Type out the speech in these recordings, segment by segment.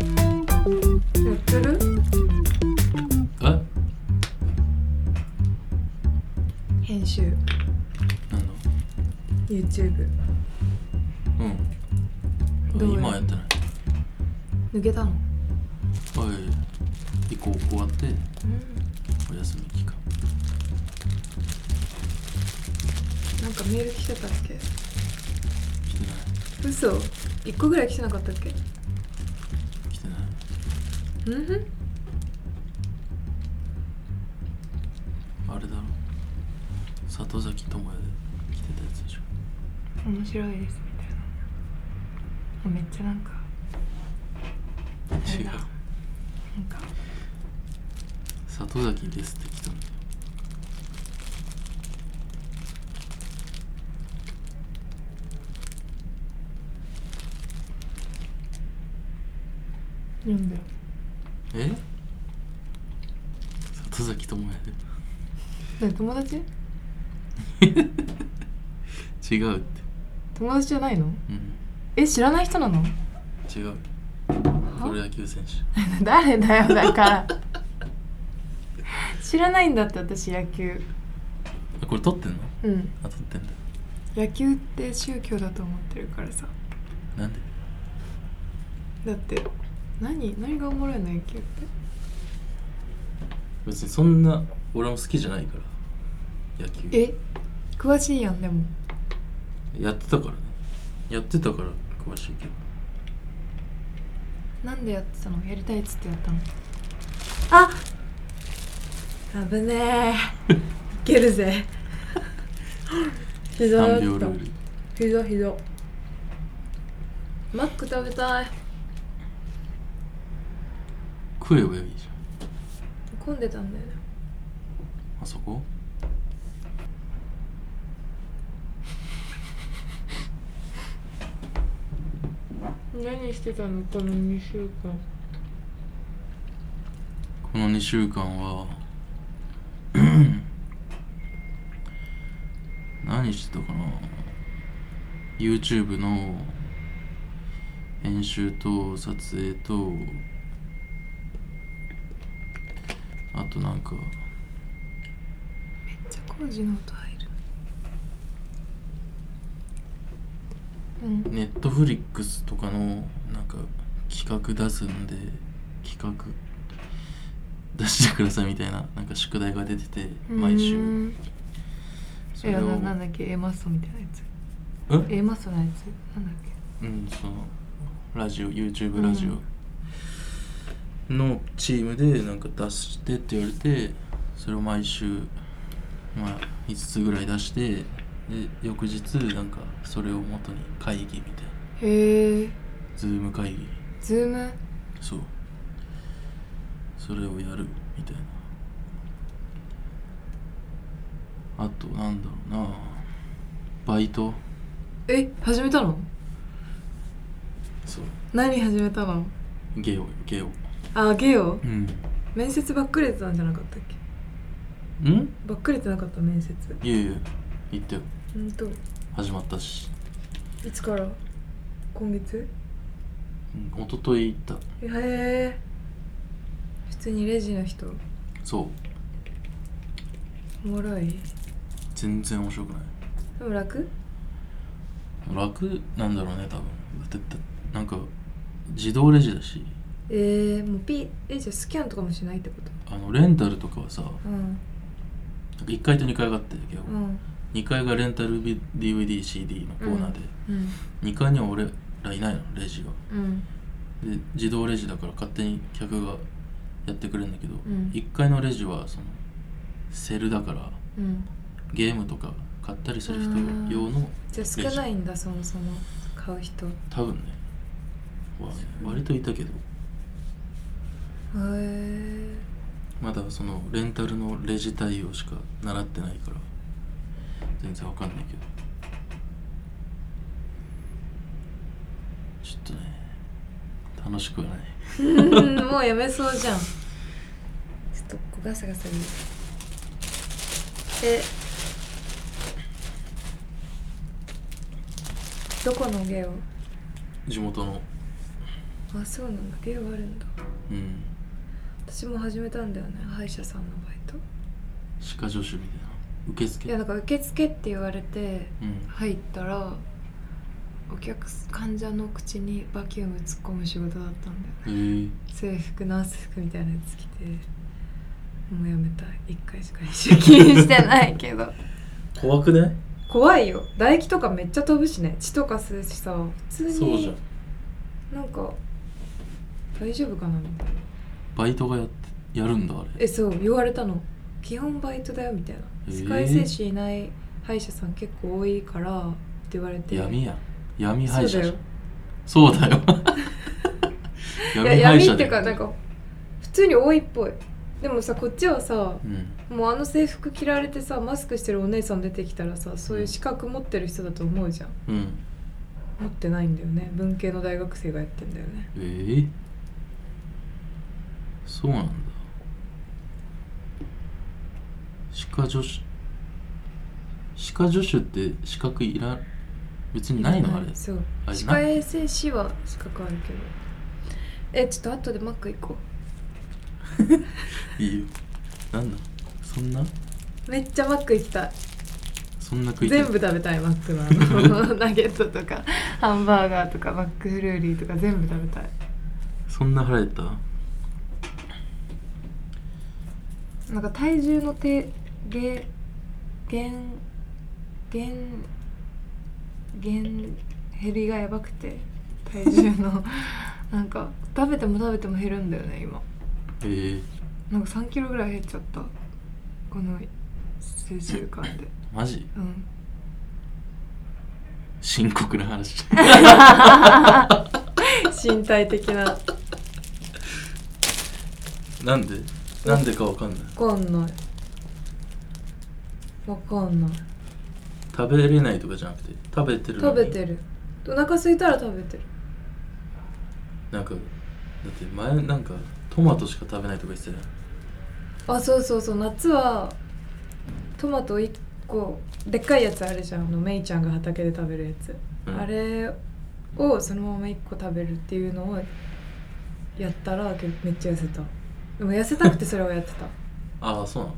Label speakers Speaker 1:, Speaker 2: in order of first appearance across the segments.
Speaker 1: やってる
Speaker 2: えなんだ
Speaker 1: 編集 YouTube
Speaker 2: うん
Speaker 1: どう
Speaker 2: 今はやってない
Speaker 1: 抜けたの
Speaker 2: はい以降終わってお休み期間
Speaker 1: なんかメール来てたっけ
Speaker 2: 来てな
Speaker 1: 嘘一個ぐらい来てなかったっけ
Speaker 2: い来てない
Speaker 1: うんふん
Speaker 2: あれだろ里崎智也で来てたやつでしょ
Speaker 1: 面白いですみたいなめっちゃなんか
Speaker 2: 違う
Speaker 1: なんか
Speaker 2: 里崎ですって来たんだよ
Speaker 1: 読んだよ
Speaker 2: え里崎智也で
Speaker 1: ね友達
Speaker 2: 違うって
Speaker 1: 友達じゃないの
Speaker 2: うん
Speaker 1: え知らない人なの
Speaker 2: 違うプロ野球選手
Speaker 1: 誰だよだから 知らないんだって私野球
Speaker 2: あこれ撮ってんの
Speaker 1: うん
Speaker 2: あ撮ってんだ
Speaker 1: 野球って宗教だと思ってるからさ
Speaker 2: なんで
Speaker 1: だって何何がおもろいの野球って
Speaker 2: 別にそんな俺も好きじゃないから野球
Speaker 1: え詳しいやんでも
Speaker 2: やってたからねやってたから詳しいけど
Speaker 1: なんでやってたのやりたいっつってやったのあ危ねえいける ぜ膝
Speaker 2: 3
Speaker 1: だ
Speaker 2: 秒
Speaker 1: っ
Speaker 2: ル
Speaker 1: た
Speaker 2: ール
Speaker 1: 膝膝マック食べたい
Speaker 2: 食えばいいじ
Speaker 1: 混んでたんだよね
Speaker 2: ゃんあそこ
Speaker 1: 何してたのこの2週間
Speaker 2: この2週間は 何してたかな YouTube の編集と撮影とあとなんか
Speaker 1: めっちゃ工事の音入るうん
Speaker 2: ネットフリックスとかのなんか企画出すんで企画出してくださいみたいななんか宿題が出てて毎
Speaker 1: うー
Speaker 2: 週
Speaker 1: ん
Speaker 2: そ
Speaker 1: い
Speaker 2: れ
Speaker 1: や
Speaker 2: を
Speaker 1: ななんだっけ A マッソみたいなやつ
Speaker 2: え
Speaker 1: A マッソのやつなんだっけ
Speaker 2: うんそのラジオ
Speaker 1: う
Speaker 2: YouTube
Speaker 1: ん
Speaker 2: ラジオのチームでなんか出してって言われてそれを毎週まあ5つぐらい出してで翌日なんかそれを元に会議みたいな
Speaker 1: へえ
Speaker 2: Zoom 会議
Speaker 1: ズーム
Speaker 2: そうそれをやるみたいなあとなんだろうなバイト
Speaker 1: え始めたの
Speaker 2: そう
Speaker 1: 何始めたの
Speaker 2: ゲオゲオ
Speaker 1: あゲオ
Speaker 2: うん
Speaker 1: 面接ばっくれてたんじゃなかったっけ
Speaker 2: ん
Speaker 1: ばっくれてなかった面接
Speaker 2: いやいや言ったよ
Speaker 1: うんと
Speaker 2: 始まったし、
Speaker 1: いつから今月
Speaker 2: うん、一昨日行った
Speaker 1: へえ普通にレジの人
Speaker 2: そう
Speaker 1: おもろい
Speaker 2: 全然面白くない
Speaker 1: でも楽
Speaker 2: 楽なんだろうね多分だってだなんか自動レジだし
Speaker 1: えー、もうピえじゃあスキャンとかもしないってこと
Speaker 2: あのレンタルとかはさ
Speaker 1: うん
Speaker 2: 1階と2階があってゲオ
Speaker 1: うん
Speaker 2: 2階がレンタル DVDCD のコーナーで、
Speaker 1: うん
Speaker 2: 2階には俺らいないのレジが
Speaker 1: うん
Speaker 2: で自動レジだから勝手に客がやってくれるんだけど、
Speaker 1: うん
Speaker 2: 1階のレジはそのセルだから
Speaker 1: うん
Speaker 2: ゲームとか買ったりする人用の
Speaker 1: じゃあ少ないんだそもそも買う人
Speaker 2: 多分ねわ割といたけど
Speaker 1: え
Speaker 2: まだそのレンタルのレジ対応しか習ってないから全然わかんないけどちょっとね楽しくはない
Speaker 1: うんもうやめそうじゃんちょっとここガサガサにえどこの芸を
Speaker 2: 地元の
Speaker 1: あそうなんだ芸があるんだ
Speaker 2: うん
Speaker 1: 私も始めたんだよね歯医者さんのバイト
Speaker 2: 歯科助手みたいな受付
Speaker 1: いやなんか受付って言われて
Speaker 2: うん
Speaker 1: 入ったらお客す患者の口にバキューム突っ込む仕事だったんだよ
Speaker 2: えー、
Speaker 1: 制服ナース服みたいなやつ着てもうやめたい一回しか出勤してないけど
Speaker 2: 怖くない
Speaker 1: 怖いよ唾液とかめっちゃ飛ぶしね血とか吸うしさ普通
Speaker 2: そうじゃん
Speaker 1: になんか大丈夫かなみたいな
Speaker 2: バイトがやってやるんだあれ
Speaker 1: えそう言われたの基本バイトだよみたいな
Speaker 2: えー
Speaker 1: 歯科衛生士いない歯医者さん結構多いからって言われて
Speaker 2: 闇や闇歯医者じゃん
Speaker 1: そ
Speaker 2: そうだ よ
Speaker 1: いや闇っ
Speaker 2: だ
Speaker 1: てい
Speaker 2: よ
Speaker 1: うかなんか普通に多いっぽいでもさこっちはさ
Speaker 2: うん
Speaker 1: もうあの制服着られてさマスクしてるお姉さん出てきたらさそういう資格持ってる人だと思うじゃん
Speaker 2: うん
Speaker 1: 持ってないんだよね文系の大学生がやってんだよね
Speaker 2: えー、そうなんだ歯科助手歯科助手って資格いら別にないのあれ
Speaker 1: そう
Speaker 2: あれ
Speaker 1: 歯
Speaker 2: な
Speaker 1: 科衛生士は資格あるけどえちょっと後でマック行こ
Speaker 2: いいよなんだそんな
Speaker 1: うめっちゃマック行きたい
Speaker 2: そんな食いたい
Speaker 1: 全部食べたいマックのあ のナゲットとかハンバーガーとかマックフルーリーとか全部食べたい
Speaker 2: そんな腹減った
Speaker 1: なんか体重の低減減減減減りがやばくて体重 のなんか食べても食べても減るんだよね今
Speaker 2: えー、
Speaker 1: なんか3キロぐらい減っちゃったこの数週間で
Speaker 2: マジ
Speaker 1: うん
Speaker 2: 深刻な話
Speaker 1: 身体的な
Speaker 2: なんでなんでかわかんない
Speaker 1: わかんないわかんない
Speaker 2: 食べれないとかじゃなくて食べてるの
Speaker 1: 食
Speaker 2: に
Speaker 1: べてるお腹空いたら食べてる
Speaker 2: なんかだって前なんかトマトしか食べないとか言ってたよ
Speaker 1: あそうそうそう夏はトマト1個でっかいやつあるじゃんあのメイちゃんが畑で食べるやつ、
Speaker 2: うん
Speaker 1: あれをそのまま1個食べるっていうのをやったらけめっちゃ痩せたでも痩せたくてそれをや ってた
Speaker 2: ああそうなの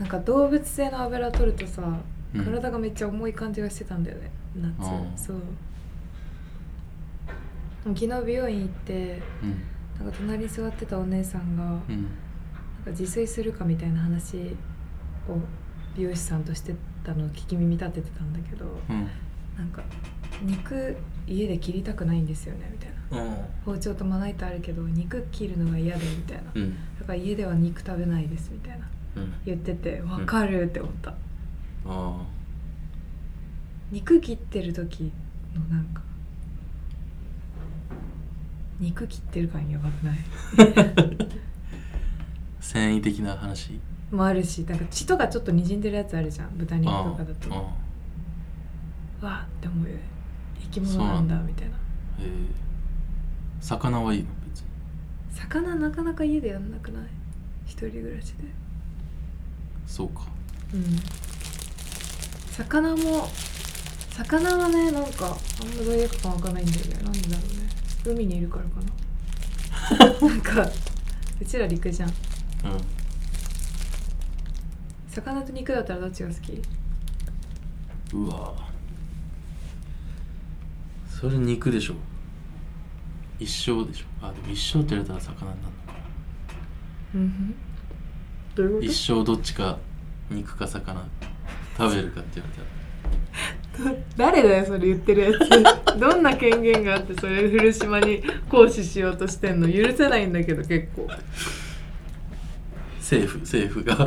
Speaker 1: なんか動物性の油取るとさ
Speaker 2: うん
Speaker 1: 体がめっちゃ重い感じがしてたんだよね夏、
Speaker 2: あー
Speaker 1: そう昨日美容院行って
Speaker 2: うん
Speaker 1: なんか隣に座ってたお姉さんが、
Speaker 2: うん
Speaker 1: なんか自炊するかみたいな話を美容師さんとしてたのを聞き耳立ててたんだけど
Speaker 2: うん
Speaker 1: なんか肉家で切りたくないんですよねみたいな
Speaker 2: う
Speaker 1: 包丁とまな板あるけど肉切るのが嫌でみたいなんだから家では肉食べないですみたいな
Speaker 2: うん
Speaker 1: 言っててわかるって思った、
Speaker 2: あ
Speaker 1: 肉切ってる時のなんか肉切ってる感やばく ない
Speaker 2: あ繊維的な話
Speaker 1: もあるしなんか血とかちょっとにじんでるやつあるじゃん豚肉とかだと
Speaker 2: ああ
Speaker 1: わあって思うよね生き物なんだみたいな
Speaker 2: えー、魚はいいの別に
Speaker 1: 魚なかなか家でやんなくない一人暮らしで
Speaker 2: そうか
Speaker 1: うん魚も魚はねなんかあんま罪悪感わかないんだよねなんでだろうね海にいるからか ななんかうちら陸じゃん
Speaker 2: う
Speaker 1: 魚と肉だったらどっちが好き
Speaker 2: んうわそれ肉でしょ一生でしょあでも一生って言われたら魚になるのか
Speaker 1: うんどういう
Speaker 2: 一生どっちか肉か魚食べるかって言われたら
Speaker 1: 誰だよそれ言ってる やつどんな権限があってそれ古島に行使しようとしてんの許せないんだけど結構
Speaker 2: 政府政府 が、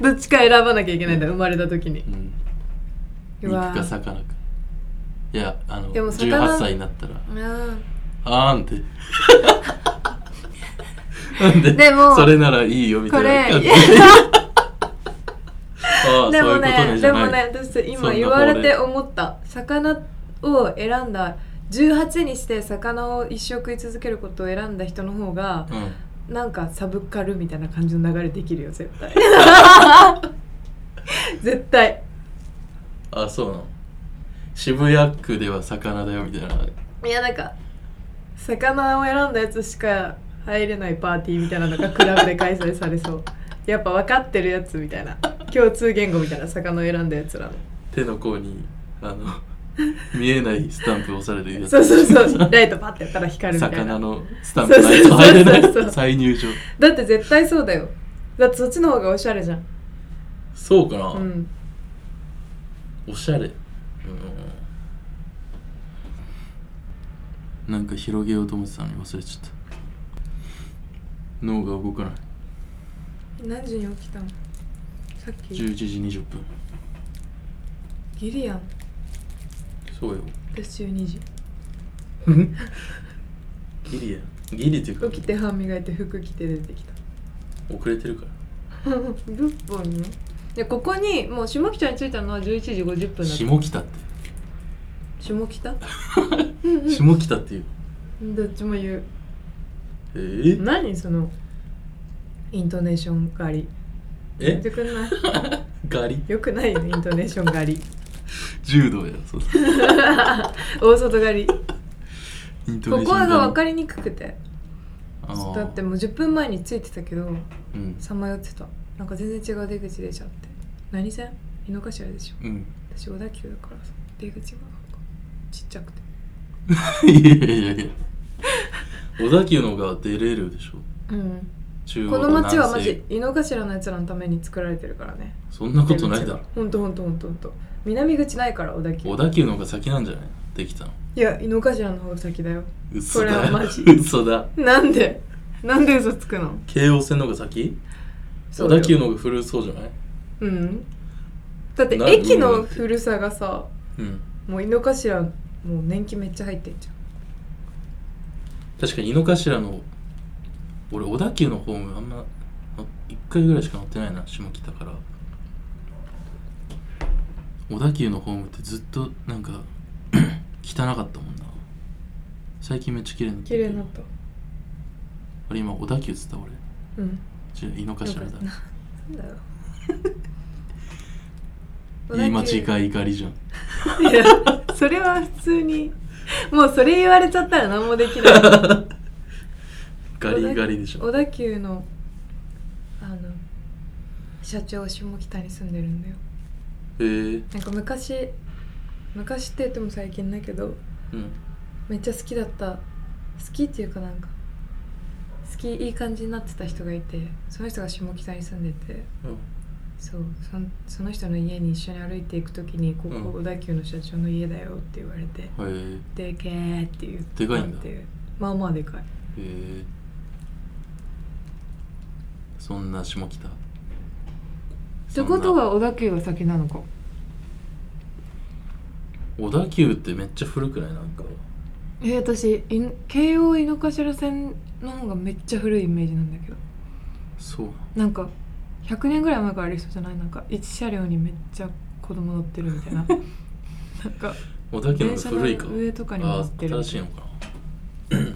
Speaker 1: どっちか選ばなきゃいけないんだ生まれた時に
Speaker 2: うん、
Speaker 1: う
Speaker 2: 肉
Speaker 1: わ
Speaker 2: か魚かいやあの
Speaker 1: でも魚
Speaker 2: 18歳になったら
Speaker 1: あ
Speaker 2: あーんって
Speaker 1: ー
Speaker 2: なんで
Speaker 1: でも
Speaker 2: それならいいよみたいな
Speaker 1: これ
Speaker 2: ああ
Speaker 1: でも
Speaker 2: そういうこ
Speaker 1: ね
Speaker 2: とねじ
Speaker 1: で
Speaker 2: ゃない
Speaker 1: もね私
Speaker 2: そん
Speaker 1: 今
Speaker 2: な
Speaker 1: 言われ
Speaker 2: 法
Speaker 1: て
Speaker 2: 令
Speaker 1: 思った魚を選んだ18にして魚を一生食い続けることを選んだ人の方が
Speaker 2: うん
Speaker 1: なんかサブカルみたいな感じの流れできるよ絶 対絶対
Speaker 2: あそうなの渋谷区では魚だよみたいない
Speaker 1: やなんか魚を選んだやつしか入れないパーティーみたいなのがクラブで開催され そうやっぱ分かってるやつみたいな共通言語みたいな魚を選んだやつらの
Speaker 2: 手の甲にあの 見えないスタンプを押されてるやつ
Speaker 1: そうそう そうライトパッてやったら光るみたい
Speaker 2: 魚
Speaker 1: な
Speaker 2: のスタンプないと入れない 再入場
Speaker 1: だって絶対そうだよだってそっちの方がおしゃれじゃん
Speaker 2: そうかな、
Speaker 1: うん
Speaker 2: おしゃれ、うん、なんか広げようと思ってたのに忘れちゃった脳が動かない
Speaker 1: 何時に起きたのさっき
Speaker 2: 11時20分
Speaker 1: ギリやん
Speaker 2: そうよ
Speaker 1: 私12時
Speaker 2: ギリやギリっていうか
Speaker 1: 起きて歯磨いて服着て出てき た
Speaker 2: 遅れてるから
Speaker 1: 10分ねでここにもう下北に着いたのは11時50分だった
Speaker 2: 下北って
Speaker 1: 下北うんうん
Speaker 2: 下北っていう
Speaker 1: どっちも言う
Speaker 2: えー、
Speaker 1: 何そのイントネーション狩り
Speaker 2: え
Speaker 1: よくない
Speaker 2: ガリ
Speaker 1: よくないよねイントネーション狩り
Speaker 2: 柔道やそう
Speaker 1: 大外狩りこ
Speaker 2: イントネー
Speaker 1: こ
Speaker 2: ション
Speaker 1: が分か
Speaker 2: り
Speaker 1: りにくくてだって
Speaker 2: う
Speaker 1: もう10分前に着いてたけど
Speaker 2: ん
Speaker 1: さまよってたなんか全然違う出口出ちゃって何線井の頭でしょ
Speaker 2: うん
Speaker 1: 私小田急だからさ出口がなんかちっちゃくて
Speaker 2: いやいやいや小田急の方が出れるでしょ
Speaker 1: うん
Speaker 2: 中
Speaker 1: こ
Speaker 2: 央
Speaker 1: の
Speaker 2: と南
Speaker 1: 街
Speaker 2: 西
Speaker 1: はマジ井の頭のやつらのために作られてるからね
Speaker 2: そんなことないだろ
Speaker 1: ほんとほんとほんとほんと南口ないから小田急
Speaker 2: 小田急の方が先なんじゃないできたの
Speaker 1: いや井の頭の方が先だよ
Speaker 2: 嘘
Speaker 1: これ
Speaker 2: だ
Speaker 1: はマジ
Speaker 2: 嘘だ
Speaker 1: なんでなんで嘘つくの
Speaker 2: 京王線の方が先
Speaker 1: そ
Speaker 2: 小
Speaker 1: うだ
Speaker 2: 田
Speaker 1: よ
Speaker 2: 急の方が古そうじゃない
Speaker 1: うんだって
Speaker 2: な
Speaker 1: 駅の古さがさ
Speaker 2: うん
Speaker 1: もう井の頭もう年季めっちゃ入ってんじゃん
Speaker 2: 確かに井の頭の俺小田急のホームあんま1回ぐらいしか乗ってないな下北から小田急のホームってずっとなんか 汚かったもんな最近めっちゃ綺麗になった
Speaker 1: 綺麗になった
Speaker 2: あれ今小田急っつった俺
Speaker 1: うん
Speaker 2: 違う井の頭だ
Speaker 1: よかったなんだよ
Speaker 2: 言い間 違い怒りじゃん
Speaker 1: いやそれは普通にもうそれ言われちゃったら何もできない
Speaker 2: ガリガリでしょ
Speaker 1: 小田急のあの社長下北に住んでるんだよ
Speaker 2: へえ
Speaker 1: なんか昔昔って言っても最近だけど
Speaker 2: うん
Speaker 1: めっちゃ好きだった好きっていうかなんか好きいい感じになってた人がいてその人が下北に住んでてそうそんその人の家に一緒に歩いていく時に「ここ
Speaker 2: う
Speaker 1: 小田急の社長の家だよ」って言われて
Speaker 2: うんへ
Speaker 1: 「でけえ」って言って
Speaker 2: でかいんだ
Speaker 1: ってうまあまあでかい
Speaker 2: えへえそんな下北
Speaker 1: ってことは小田急が先なのか
Speaker 2: 小田急ってめっちゃ古くないなんか
Speaker 1: えー私いん京王井の頭線の方がめっちゃ古いイメージなんだけど
Speaker 2: そう
Speaker 1: なんか100年ぐらい前からある人じゃないなんか1車両にめっちゃ子供乗ってるみたい ななんか
Speaker 2: 小田急
Speaker 1: 電
Speaker 2: の方
Speaker 1: 車
Speaker 2: が古いか
Speaker 1: の上とかにも乗
Speaker 2: あ
Speaker 1: ってる
Speaker 2: 新
Speaker 1: み
Speaker 2: したい
Speaker 1: い
Speaker 2: の
Speaker 1: な
Speaker 2: かな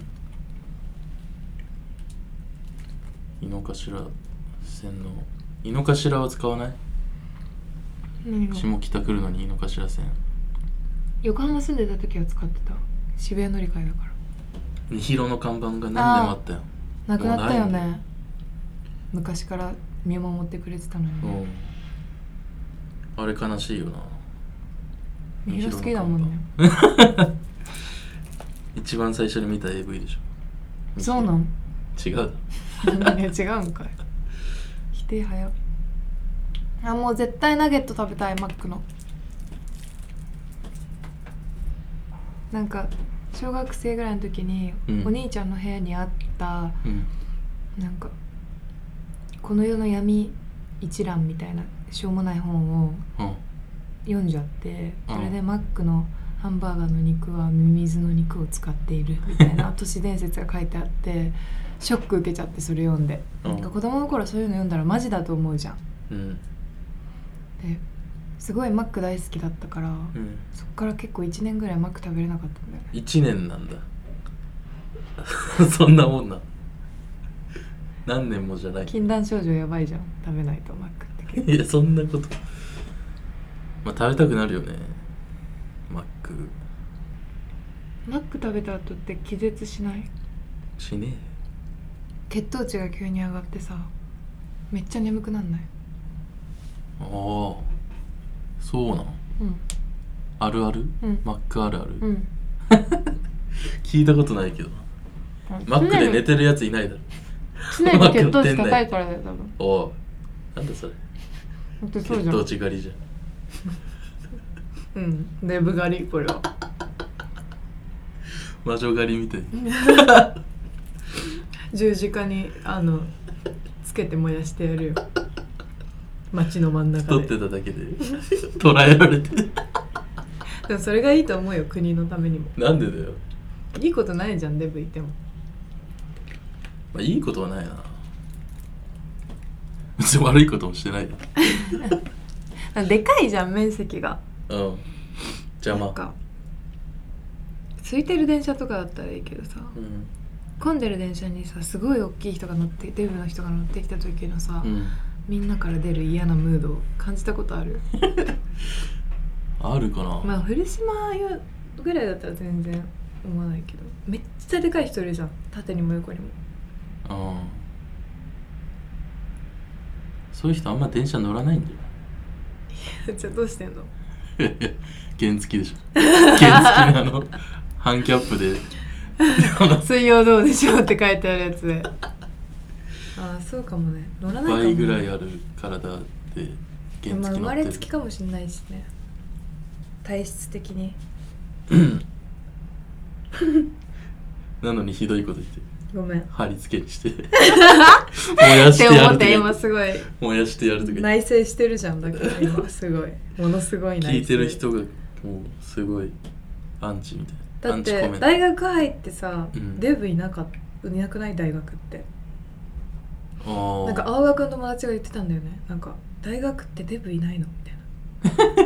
Speaker 2: 井の頭線の井の頭は使わない
Speaker 1: 何が
Speaker 2: 下北来るのに井の頭線
Speaker 1: 横浜住んでた時は使ってた渋谷乗り換えだから
Speaker 2: にひろの看板が何年もあったよ
Speaker 1: なくなったよ
Speaker 2: もうない
Speaker 1: ね昔から見守ってくれてたのに
Speaker 2: う
Speaker 1: ね
Speaker 2: んあれ悲しいよな
Speaker 1: みひろ好きだもんね
Speaker 2: 一番最初に見た AV でしょ
Speaker 1: そうなん
Speaker 2: 違うだろ
Speaker 1: いや違うんかい否定早っあもう絶対ナゲット食べたいマックのなんか小学生ぐらいの時に、
Speaker 2: うん
Speaker 1: お兄ちゃんの部屋にあった
Speaker 2: うん
Speaker 1: なんかこの世の闇一覧みたいなしょうもない本を
Speaker 2: うん
Speaker 1: 読んじゃって
Speaker 2: うん
Speaker 1: それでマックのハン バーガーの肉はミミズの肉を使っているみたいな都市伝説が書いてあってショック受けちゃってそれ読んで、
Speaker 2: うん
Speaker 1: なんか子供の頃そういうの読んだらマジだと思うじゃん
Speaker 2: うん
Speaker 1: ですごいマック大好きだったから、
Speaker 2: うん
Speaker 1: そっから結構1年ぐらいマック食べれなかったんだよね
Speaker 2: 1年なんだ そんなもんな何年もじゃない
Speaker 1: 禁断症状やばいじゃん食べないとマックって
Speaker 2: いやそんなことまあ食べたくなるよねマック
Speaker 1: マック食べた後って気絶しない
Speaker 2: しね
Speaker 1: 血糖値が急に上がってさめっちゃ眠くなんない
Speaker 2: えああそうなん
Speaker 1: うん
Speaker 2: あるある、
Speaker 1: うん
Speaker 2: マックあるある、
Speaker 1: うん
Speaker 2: 聞いたことないけどマックで寝てるやついないだろ
Speaker 1: 常に
Speaker 2: マッ
Speaker 1: 常に血
Speaker 2: クの
Speaker 1: 糖
Speaker 2: 店
Speaker 1: 値
Speaker 2: 内
Speaker 1: 高いからだよ多分
Speaker 2: おうなんだそれ
Speaker 1: 本当にそうじ
Speaker 2: 血
Speaker 1: ゃ
Speaker 2: 糖
Speaker 1: ん
Speaker 2: 値狩りじゃん
Speaker 1: うんデブ狩りこれは
Speaker 2: 魔女狩りみたい
Speaker 1: 十字架にあのつけて燃やしてやるよ街の真ん中
Speaker 2: 太ってただけで 捕らえられて
Speaker 1: でもそれがいいと思うよ国のためにも
Speaker 2: なんでだよ、
Speaker 1: いいことないじゃんデブいても
Speaker 2: まあ、いいことはないな別に悪いこともしてないよ
Speaker 1: でかいじゃん面積が
Speaker 2: うん邪
Speaker 1: な
Speaker 2: 魔
Speaker 1: んか空いてる電車とかだったらいいけどさ
Speaker 2: うん
Speaker 1: 混んでる電車にさすごい大きい人が乗ってデブの人が乗ってきた時のさ、
Speaker 2: うん
Speaker 1: みんなから出る嫌なムードを感じたことある
Speaker 2: あるかな、
Speaker 1: まあ古島ぐらいだったら全然思わないけどめっちゃでかい人いるじゃん縦にも横にも
Speaker 2: うんそういう人あんま電車乗らないんだよ
Speaker 1: じゃあどうしてんの
Speaker 2: 原付でしょ原付のあのハンキャップで
Speaker 1: 水曜どうでしょうって書いてあるやつで ああそうかもね乗らないかもね
Speaker 2: 倍ぐらいある体で
Speaker 1: で
Speaker 2: 原
Speaker 1: も生
Speaker 2: 付乗っ
Speaker 1: ま
Speaker 2: て
Speaker 1: れ
Speaker 2: る
Speaker 1: つきかもしれないしね体質的に
Speaker 2: なのにひどいこと言って
Speaker 1: ごめんっ
Speaker 2: 貼り付けにして 燃やしててや
Speaker 1: 思っ
Speaker 2: るとか
Speaker 1: て
Speaker 2: 言
Speaker 1: 今
Speaker 2: って
Speaker 1: すごい
Speaker 2: 燃やしてやるとか言って
Speaker 1: 内省してるじゃんだから今すごいものすごい内省
Speaker 2: 聞いてる人がもうすごいアンチみたいな
Speaker 1: だ
Speaker 2: ア
Speaker 1: っ
Speaker 2: ンチコ
Speaker 1: て
Speaker 2: メント
Speaker 1: 大学入ってさ、
Speaker 2: うん
Speaker 1: デブいなかったいなくない大学って
Speaker 2: あ
Speaker 1: なんか青学の友達が言ってたんだよねなんか大学ってデブいないのみたいな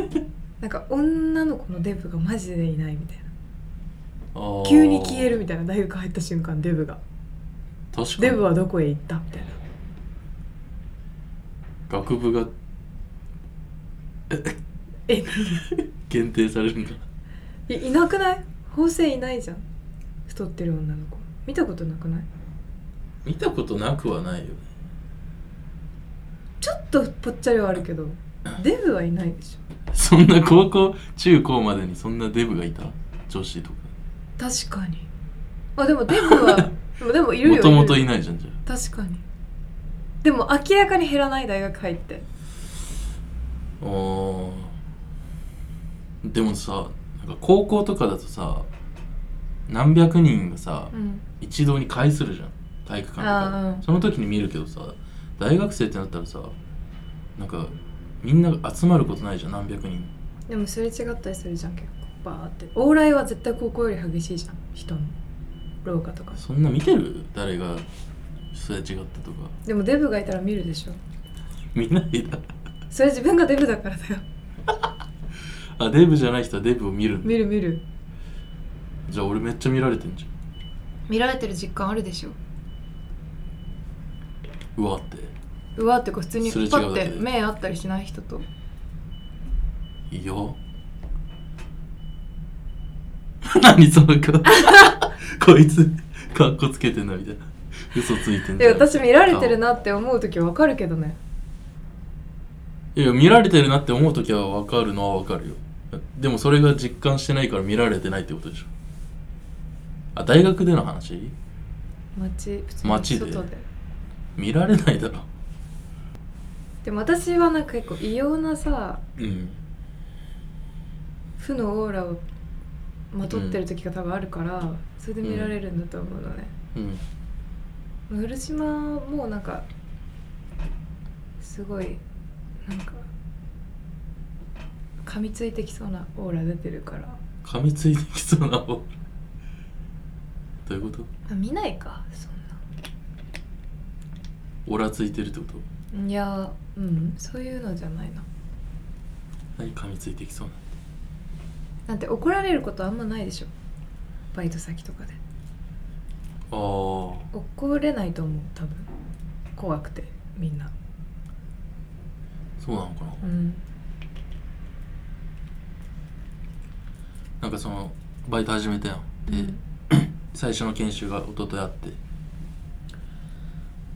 Speaker 1: なんか女の子のデブがマジでいないみたいな
Speaker 2: あ
Speaker 1: 急に消えるみ
Speaker 2: た
Speaker 1: たいな大学入った瞬間デブが
Speaker 2: いな確か
Speaker 1: デ
Speaker 2: に
Speaker 1: ブはどこへ行ったみたいな
Speaker 2: 学部が
Speaker 1: え
Speaker 2: 限定されるんだ
Speaker 1: いいなくない法制いないじゃん太ってる女の子見たことなくない
Speaker 2: 見たことなくはないよね
Speaker 1: ちょっとぽっちゃりはあるけ どデブはいないでしょ
Speaker 2: そんな高校中高までにそんなデブがいた女子とか
Speaker 1: 確かにあでもデブ はでもでもいるよ
Speaker 2: もともとい
Speaker 1: る
Speaker 2: ないじゃんじゃ
Speaker 1: 確かにでも明らかに減らない大学入って
Speaker 2: ああーでもさなんか高校とかだとさ何百人がさ、
Speaker 1: うん
Speaker 2: 一堂に会するじゃん体育館と
Speaker 1: あ
Speaker 2: か
Speaker 1: ーうん
Speaker 2: でその時に見るけどさ大学生ってなったらさなんかみんなが集まることないじゃん何百人
Speaker 1: でもすれ違ったりするじゃん結構バーって往来は絶対高校より激しいじゃん人の廊下とか
Speaker 2: そんな見てる誰がすれ違ったとか
Speaker 1: でもデブがいたら見るでしょ
Speaker 2: 見ないだ
Speaker 1: それ自分がデブだからだよ
Speaker 2: あデブじゃない人はデブを見るんだ
Speaker 1: 見る見る
Speaker 2: じゃあ俺めっちゃ見られてんじゃん
Speaker 1: 見られてる実感あるでしょ
Speaker 2: うわって
Speaker 1: うわーってこう普通に
Speaker 2: すれ違う
Speaker 1: パ
Speaker 2: だ
Speaker 1: ッ
Speaker 2: けで
Speaker 1: て目合ったりしない人と
Speaker 2: いや 何その 顔こいつかっこつけてんなみたいな嘘ついてん
Speaker 1: で私見られてるなって思う時わかるけどね
Speaker 2: いや見られてるなって思う時は分かるのは分かるよでもそれが実感してないから見られてないってことでしょあ大学での話
Speaker 1: 街普通に
Speaker 2: 街で
Speaker 1: 外で
Speaker 2: 見られないだろ
Speaker 1: でも私はなんか結構異様なさ
Speaker 2: うん
Speaker 1: 負のオーラをまとってる時が多分あるから、それで見られるんだと思うのね、
Speaker 2: うん
Speaker 1: 古島もなんかすごいなんか噛みついてきそうなオーラ出てるから
Speaker 2: 噛みついてきそうな方どういうこと
Speaker 1: あ見ないかそんな
Speaker 2: オラついてるってこ
Speaker 1: いやうんそういうのじゃないな
Speaker 2: と何噛みついてきそうな
Speaker 1: なんて怒られることあんまないでしょバイト先とかで
Speaker 2: あー
Speaker 1: 怒れないと思う多分怖くてみんな
Speaker 2: そうなのかな、
Speaker 1: うん
Speaker 2: なんかそのバイト始めたやんで、
Speaker 1: うん
Speaker 2: 最初の研修が一昨日あって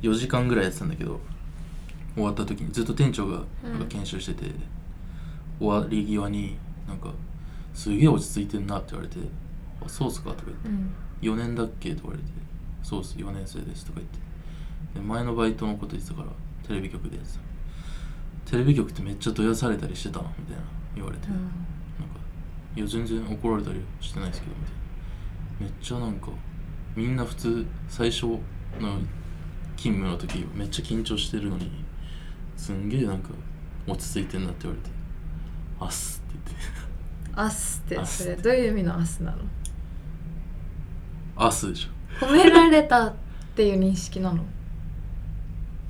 Speaker 2: 4時間ぐらいやってたんだけど終わった時にずっと店長がなんか研修してて、終わり際になんか「すげえ落ち着いてんな」って言われて「あそうっすか」とか言って
Speaker 1: うん
Speaker 2: 「4年だっけ?」とか言われて「そうっす4年生です」とか言ってで前のバイトのこと言ってたからテレビ局でやってたテレビ局ってめっちゃどやされたりしてたのみたいな言われて、なんか「いや全然怒られたりしてないですけど」みたいなめっちゃなんかみんな普通最初の勤務の時めっちゃ緊張してるのにすんげえなんか落ち着いてんなって言われて「あっす」って言って
Speaker 1: アスって
Speaker 2: アス
Speaker 1: それどういう意味のアスなの
Speaker 2: 「あっす」でしょ
Speaker 1: 褒められたっていう認識なの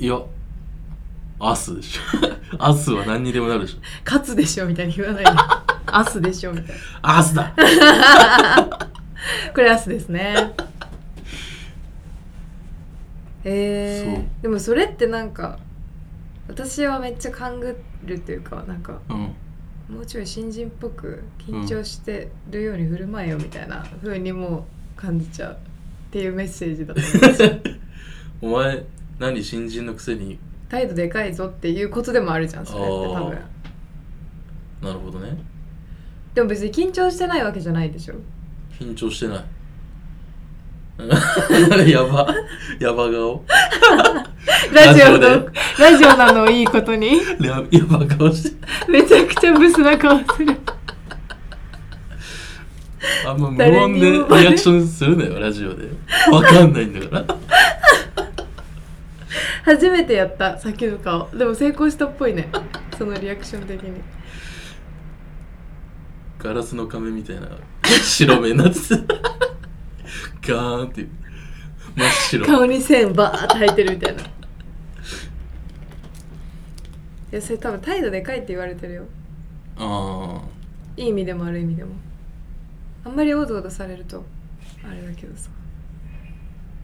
Speaker 2: いや「あっす」でしょ「あっす」は何にでもなるでしょ
Speaker 1: 勝つでしょみたいに言わない でアスでしょみたい
Speaker 2: 「あっすだ
Speaker 1: なこれアスですねえ
Speaker 2: そう
Speaker 1: ー、でもそれってなんか私はめっちゃ勘ぐるっていうかなんか」
Speaker 2: うん
Speaker 1: もうちょい新人っぽく緊張してるように振る舞えよみたいな風にもう感じちゃうっていうメッセージだと思います
Speaker 2: お前何新人のくせに
Speaker 1: 態度でかいぞっていうことでもあるじゃんそれって多分
Speaker 2: あなるほどね
Speaker 1: でも別に緊張してないわけじゃないでしょ
Speaker 2: 緊張してない やばやば顔
Speaker 1: ラ
Speaker 2: ラ
Speaker 1: ジ
Speaker 2: ジ
Speaker 1: オの
Speaker 2: オで
Speaker 1: ラジオなのをいいこと に
Speaker 2: ややば顔して
Speaker 1: めちゃくちゃブスな顔する
Speaker 2: あんま無
Speaker 1: 誰
Speaker 2: 音
Speaker 1: に
Speaker 2: で
Speaker 1: もバレ
Speaker 2: リアクションするなよラジオでわかんないんだから
Speaker 1: 初めてやったさっきの顔でも成功したっぽいねそのリアクション的に
Speaker 2: ガラスの仮面みたいな白目になってたガーンって真っ白
Speaker 1: 顔に線バーって入ってるみたいないやそれ多分態度でかいって言われてるよ
Speaker 2: あ
Speaker 1: いい意味でも悪い意味でもあんまりおどおどされるとあれだけどさ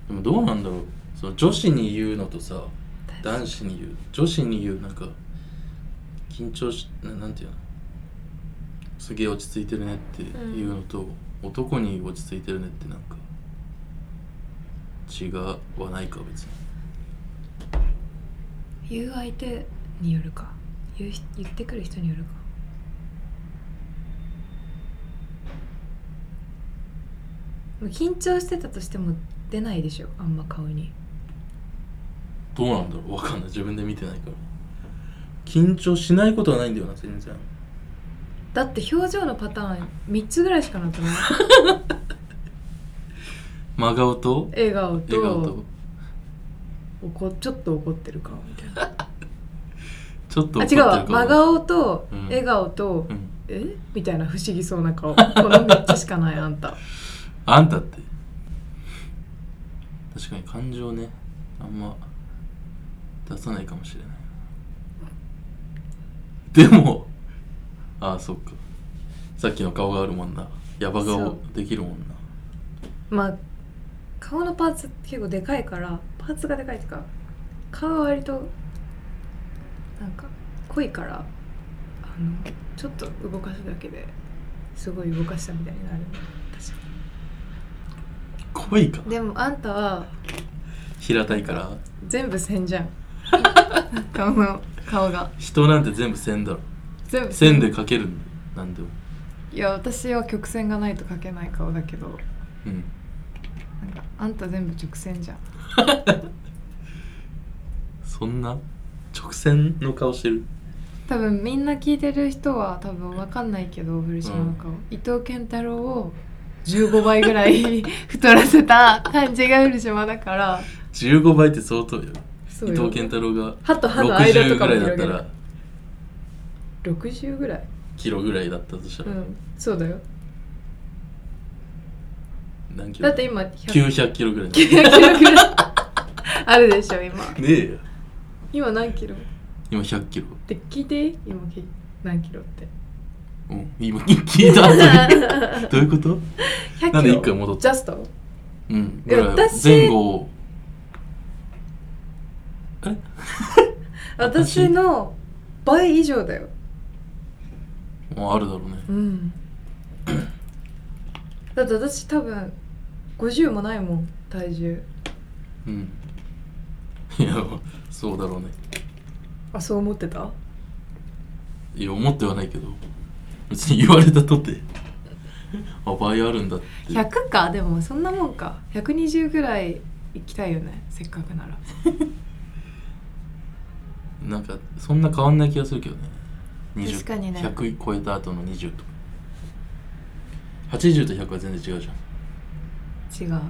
Speaker 2: ーでもどうなんだろうその女子に言うのとさ
Speaker 1: 確か
Speaker 2: 男子に言う女子に言うなんか緊張しななんていうのすげえ落ち着いてるねっていうのと、男に落ち着いてるねってなんか違わないか別に
Speaker 1: に言う相手によるか言う人言ってくる人によるかもう緊張してたとしても出ないでしょあんま顔に
Speaker 2: どうなんだろうわかんない自分で見てないから緊張しないことはないんだよな全然
Speaker 1: だって表情のパターン3つぐらいしかな くない
Speaker 2: 真顔と
Speaker 1: 笑顔と
Speaker 2: 笑顔と
Speaker 1: 怒ちょっと怒ってる顔みたいな
Speaker 2: ちょっと
Speaker 1: あ
Speaker 2: 怒っ
Speaker 1: 違
Speaker 2: て
Speaker 1: う
Speaker 2: る
Speaker 1: わ真顔と
Speaker 2: うん
Speaker 1: 笑顔と、
Speaker 2: うん
Speaker 1: えみたいな不思議そうな顔この3つしかないあん た
Speaker 2: あんたって確かに感情ねあんま出さないかもしれないでもああそっかさっきの顔があるもんなヤバ
Speaker 1: そう
Speaker 2: 顔できるもんな
Speaker 1: まあ顔のパーツ結構でかいからパーツがでかいっていうか顔は割となんか濃いからあのちょっと動かすだけですごい動かしたみたいになる確か
Speaker 2: 濃いか
Speaker 1: にでもあんたは
Speaker 2: 平たいから
Speaker 1: 全部線じゃん 顔の顔が
Speaker 2: 人なんて全部線だろ
Speaker 1: 全部
Speaker 2: 線で描けるんだよなんでも
Speaker 1: いや私は曲線がないと描けない顔だけどな
Speaker 2: うん
Speaker 1: んかあんた全部直線じゃん
Speaker 2: そんな直線の顔してる
Speaker 1: 多分みんな聞いてる人は多分わかんないけど古島の顔、伊藤健太郎を15倍ぐらい 太らせた感じが古島だから
Speaker 2: 15倍って相当よ
Speaker 1: そ
Speaker 2: 伊藤健太郎が
Speaker 1: 歯と歯の間と
Speaker 2: 60
Speaker 1: か
Speaker 2: ぐ
Speaker 1: も
Speaker 2: らい
Speaker 1: 広
Speaker 2: だった
Speaker 1: げる
Speaker 2: ら
Speaker 1: 60ぐらい
Speaker 2: キロぐらいだったとした
Speaker 1: う
Speaker 2: ら、
Speaker 1: んそうだよ
Speaker 2: 何キロ
Speaker 1: だって今100
Speaker 2: 900キロぐらいだ
Speaker 1: 900ぐらいあるでしょ今
Speaker 2: ねえよ
Speaker 1: 今何キロっ
Speaker 2: 今100キロ
Speaker 1: て聞いていい今き何キロ って
Speaker 2: うん今 聞いた後 にどういうこと
Speaker 1: 100キロ
Speaker 2: なんで一回戻った
Speaker 1: ジャスト
Speaker 2: うん
Speaker 1: いや
Speaker 2: ぐらい
Speaker 1: 私
Speaker 2: 前後を私
Speaker 1: 私の倍以上だよ
Speaker 2: もうあるだろうね
Speaker 1: うん だって私多分50もないもん体重
Speaker 2: うんいやそうだろうね
Speaker 1: あそう思ってた
Speaker 2: いや思ってはないけど別に言われたとてあ倍あるんだって
Speaker 1: 100かでもそんなもんか120ぐらい行きたいよねせっかくなら
Speaker 2: なんかそんな変わんない気がするけどね20
Speaker 1: 確かにね
Speaker 2: 100超えた後の20とか80と100は全然違うじゃん
Speaker 1: 違う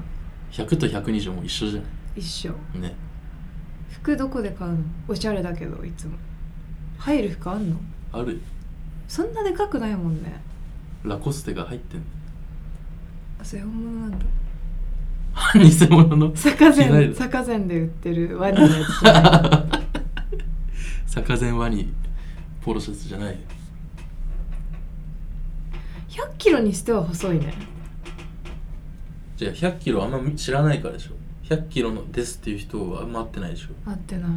Speaker 2: 100と120も一緒じゃな
Speaker 1: 一緒
Speaker 2: いね
Speaker 1: 服どこで買うのおしゃれだけどいつも入る服あんの
Speaker 2: あるよ
Speaker 1: そんなでかくないもんね
Speaker 2: ラコステが入ってんの
Speaker 1: あそれ本物なんだ
Speaker 2: 偽物の
Speaker 1: 坂
Speaker 2: 着ない
Speaker 1: 膳
Speaker 2: の
Speaker 1: 坂膳で売ってるワニのやつじゃ ない
Speaker 2: 坂前ワニポロシャツじゃないよ
Speaker 1: 100キロにしては細いね
Speaker 2: じゃあ100キロあんま知らないからでしょ100キロのですっていう人はあんま会ってないでしょ
Speaker 1: 合ってない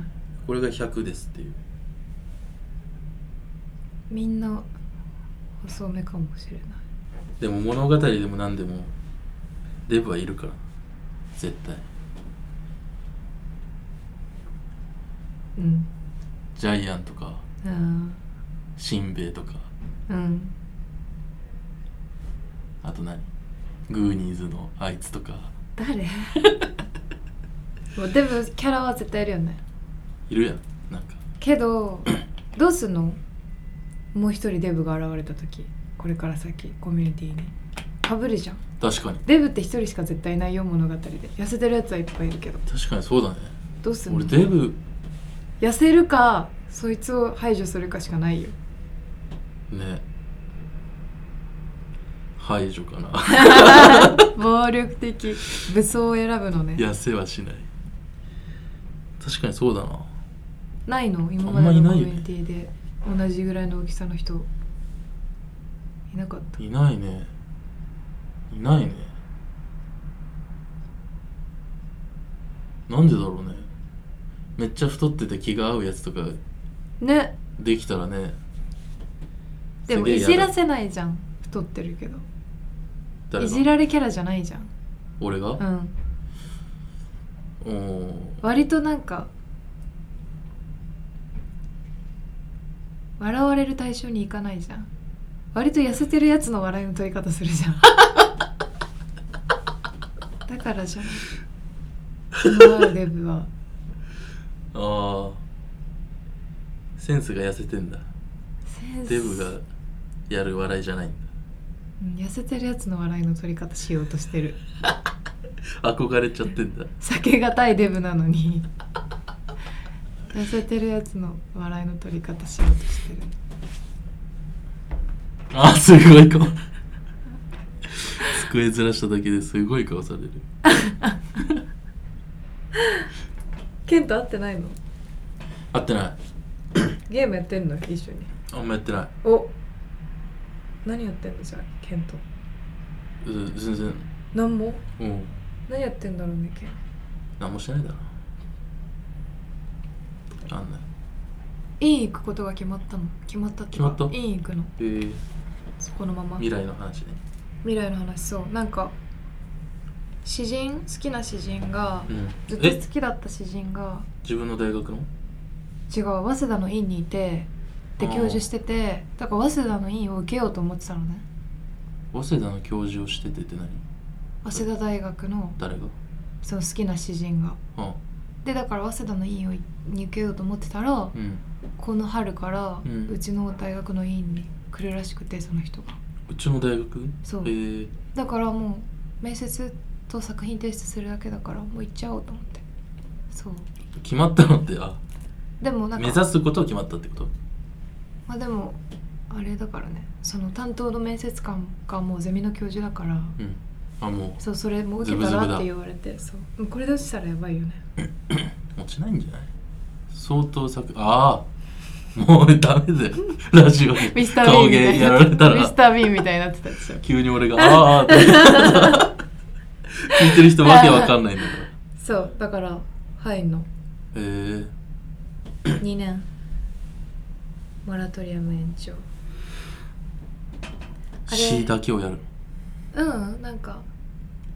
Speaker 2: これが100ですっていう
Speaker 1: みんな細めかもしれない
Speaker 2: でも物語でも何でもデブはいるから絶対
Speaker 1: うん
Speaker 2: ジャイアンとか
Speaker 1: うん
Speaker 2: シンベイとか
Speaker 1: うん
Speaker 2: あと何グーニーズのあいつとか
Speaker 1: 誰もうでもキャラは絶対いるよね
Speaker 2: いるやんなんか
Speaker 1: けどどうすんのもう一人デブが現れた時これから先コミュニティにかぶるじゃん
Speaker 2: 確かに
Speaker 1: デブって一人しか絶対いないよ物語で痩せてるやつはいっぱいいるけど
Speaker 2: 確かにそうだね
Speaker 1: どうすんの
Speaker 2: 俺デブ
Speaker 1: 痩せるかそいつを排除するかしかないよ
Speaker 2: ね排除かな
Speaker 1: 暴力的武装を選ぶのね
Speaker 2: 痩せはしない確かにそうだな
Speaker 1: ないの今
Speaker 2: あん
Speaker 1: ま
Speaker 2: ま
Speaker 1: で
Speaker 2: い
Speaker 1: の
Speaker 2: な
Speaker 1: コ
Speaker 2: い
Speaker 1: ミ
Speaker 2: よ
Speaker 1: ュ
Speaker 2: ね
Speaker 1: ニティで同じぐらいの大きさの人いなかった
Speaker 2: いないねいないねなんでだろうねめっちゃ太ってて気が合うやつとか
Speaker 1: ね
Speaker 2: できたらね
Speaker 1: でも
Speaker 2: すげえ
Speaker 1: い
Speaker 2: 嫌だ
Speaker 1: じらせないじゃん太ってるけど
Speaker 2: 誰
Speaker 1: い
Speaker 2: が
Speaker 1: じられキャラじゃないじゃん
Speaker 2: 俺が
Speaker 1: う、ん
Speaker 2: おー
Speaker 1: 割となんか笑われる対象にいかないじゃん割と痩せてるやつの笑いの取り方するじゃ んだからじゃん気の合うデブは
Speaker 2: あーセンスが痩せてんだ
Speaker 1: センス
Speaker 2: デブがやる笑いじゃないん
Speaker 1: うん痩せてるやつの笑いの取り方しようとしてる
Speaker 2: だ憧れちゃってんだ
Speaker 1: 避けがたいデブなのに痩せてるやつの笑いの取り方しようとしてる
Speaker 2: あーすごい顔机ずらしただけですごい顔される
Speaker 1: ケンと会ってないの
Speaker 2: 合ってない
Speaker 1: ゲームやってんの一緒に
Speaker 2: あんまやってない
Speaker 1: お何やってんのじゃあケンと
Speaker 2: う全然
Speaker 1: 何も
Speaker 2: うん
Speaker 1: 何やってんだろうねケン
Speaker 2: 何もしてないだろあんない
Speaker 1: 院行くことが決まったの決まったっていうか
Speaker 2: 決まった
Speaker 1: 院行くの
Speaker 2: えー、
Speaker 1: そこのまま
Speaker 2: 未来の話ね
Speaker 1: 未来の話そうなんか詩人好きな詩人が
Speaker 2: うん
Speaker 1: ずっと
Speaker 2: え
Speaker 1: 好きだった詩人が
Speaker 2: 自分の大学の
Speaker 1: 違う早稲田の院にいてで
Speaker 2: あー
Speaker 1: 教授しててだから早稲田の院を受けようと思ってたのね
Speaker 2: 早稲田の教授をしててって何
Speaker 1: 早稲田大学の
Speaker 2: 誰が
Speaker 1: その好きな詩人が
Speaker 2: あ
Speaker 1: でだから早稲田の院をに受けようと思ってたら
Speaker 2: うん
Speaker 1: この春から
Speaker 2: うん
Speaker 1: うちの大学の院に来るらしくてその人が
Speaker 2: うちの大学
Speaker 1: そう
Speaker 2: えー、
Speaker 1: だからもう面接と作品提出するだけだからもう行っちゃおうと思ってそう
Speaker 2: 決まったのってあ
Speaker 1: でもなん
Speaker 2: 目
Speaker 1: か
Speaker 2: 指すことを決まったってこと
Speaker 1: まあでもあれだからねその担当の面接官がもうゼミの教授だから
Speaker 2: うんあも
Speaker 1: そうそれもう受けたらって言われてそうもうこれで落ちたらやばいよね
Speaker 2: う落ちないんじゃない相当作ああもうダメ だよラジオで
Speaker 1: ミスター・ビー
Speaker 2: 顔
Speaker 1: ンみたい
Speaker 2: 芸
Speaker 1: に
Speaker 2: や
Speaker 1: な
Speaker 2: ら
Speaker 1: って
Speaker 2: れた
Speaker 1: たミス
Speaker 2: ら
Speaker 1: ター・ビーンみたいになってたでしょ
Speaker 2: 急に俺が「ああ」って 聞いてる人わけわかんないんだ から
Speaker 1: そうだから入んの
Speaker 2: えー、
Speaker 1: 2年モラトリアム延長あれ
Speaker 2: 詩だけをやる
Speaker 1: うんなんか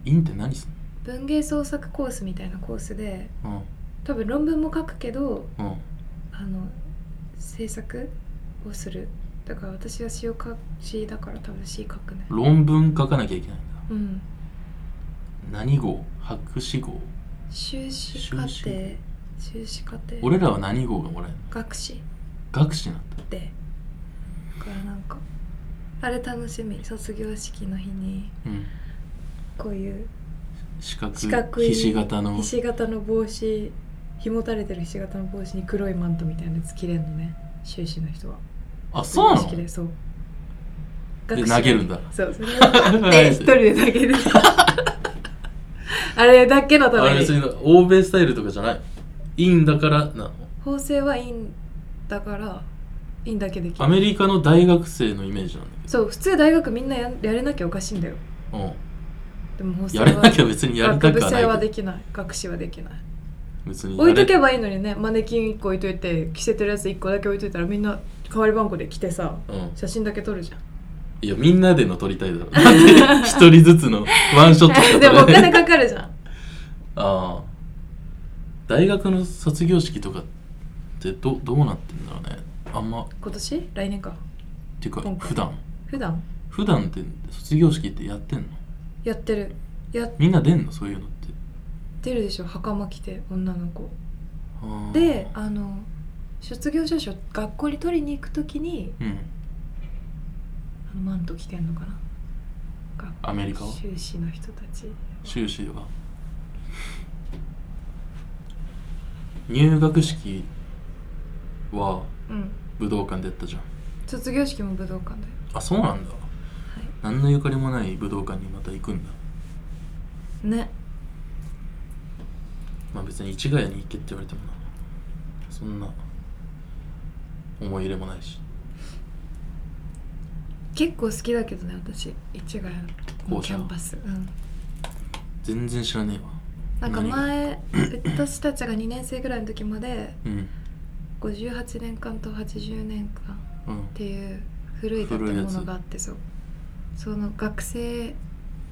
Speaker 2: インって何すん
Speaker 1: 文芸創作コースみたいなコースで
Speaker 2: の
Speaker 1: 多分論文も書くけど
Speaker 2: うんうん
Speaker 1: あの制作をするだから私は詩を書詩だから多分詩書くね
Speaker 2: 論文書かなきゃいけないんだ
Speaker 1: うん
Speaker 2: 何号博士号
Speaker 1: 修士課程
Speaker 2: 修士
Speaker 1: 修士課程
Speaker 2: 俺らは何号がもらえるの
Speaker 1: 学士
Speaker 2: 学士なんだ
Speaker 1: でだからなんかあれ楽しみ卒業式の日に
Speaker 2: うん
Speaker 1: こういう
Speaker 2: 四角
Speaker 1: 四角い
Speaker 2: ひし形の
Speaker 1: ひし形の帽子紐垂れてるひし形の帽子に黒いマントみたいなやつ着れんのね修士の人は
Speaker 2: あそうな
Speaker 1: 卒業式
Speaker 2: の
Speaker 1: でそう
Speaker 2: で
Speaker 1: 学士
Speaker 2: 投げるんだ
Speaker 1: そうそれを で一人で投げるあれだけのた
Speaker 2: あれ
Speaker 1: め
Speaker 2: 別
Speaker 1: に
Speaker 2: に欧米スタイルとかじゃないインだからなの
Speaker 1: 法政はいいんだからいいんだけでき
Speaker 2: ア
Speaker 1: る
Speaker 2: メリカの大学生のイメージなんだけ
Speaker 1: そう普通大学みんなややれなきゃおかしいんだよ
Speaker 2: ど、うん、
Speaker 1: でも法
Speaker 2: やれ
Speaker 1: 政は
Speaker 2: なきゃ別にやりたく
Speaker 1: 学部
Speaker 2: は
Speaker 1: 生
Speaker 2: な
Speaker 1: はい
Speaker 2: け
Speaker 1: で
Speaker 2: ど
Speaker 1: きない学士はできない
Speaker 2: 別にや
Speaker 1: 置いとけ
Speaker 2: れ
Speaker 1: ばいいのにねマネキン1個置いといて着せてるやつ1個だけ置いといたらみんな代わり番号で着てさ
Speaker 2: うん、
Speaker 1: 写真だけ撮るじゃん
Speaker 2: いやみんなでの撮りたい だろなんで一人ずつのワンショッ ト
Speaker 1: で
Speaker 2: だ
Speaker 1: もお
Speaker 2: からね
Speaker 1: 金かかるじゃん
Speaker 2: ああ大学の卒業式とかってどどうなってんだろうねあんまっ
Speaker 1: 今年来年か
Speaker 2: ていうか
Speaker 1: 今回
Speaker 2: 普段
Speaker 1: 普段
Speaker 2: 普段って卒業式ってやってんの
Speaker 1: やってるやっ
Speaker 2: みんな出んのそういうのって
Speaker 1: てるでしょ袴着て女の子
Speaker 2: あー
Speaker 1: であの卒業証書学校に取りに行くときに
Speaker 2: うん
Speaker 1: あのマント着てんのかな
Speaker 2: アメリカは
Speaker 1: 修士の人たち
Speaker 2: 修士は入学式は
Speaker 1: うん
Speaker 2: 武道館でやったじゃん
Speaker 1: 卒業式も武道館だよ
Speaker 2: あそうなんだ何のゆかりもない武道館にまた行くんだ
Speaker 1: ね
Speaker 2: まあ別に市ヶ谷に行けって言われてもなそんな思い入れもないし
Speaker 1: 結構好きだけどね私市ヶ谷
Speaker 2: 校
Speaker 1: の
Speaker 2: 舎
Speaker 1: キャンパス、うん、
Speaker 2: 全然知らね
Speaker 1: なんか前私たちが2年生ぐらいの時まで
Speaker 2: えわうん
Speaker 1: 58年間と80年間
Speaker 2: うん
Speaker 1: っていう古い建
Speaker 2: 古いやつ
Speaker 1: 物があってそうその学生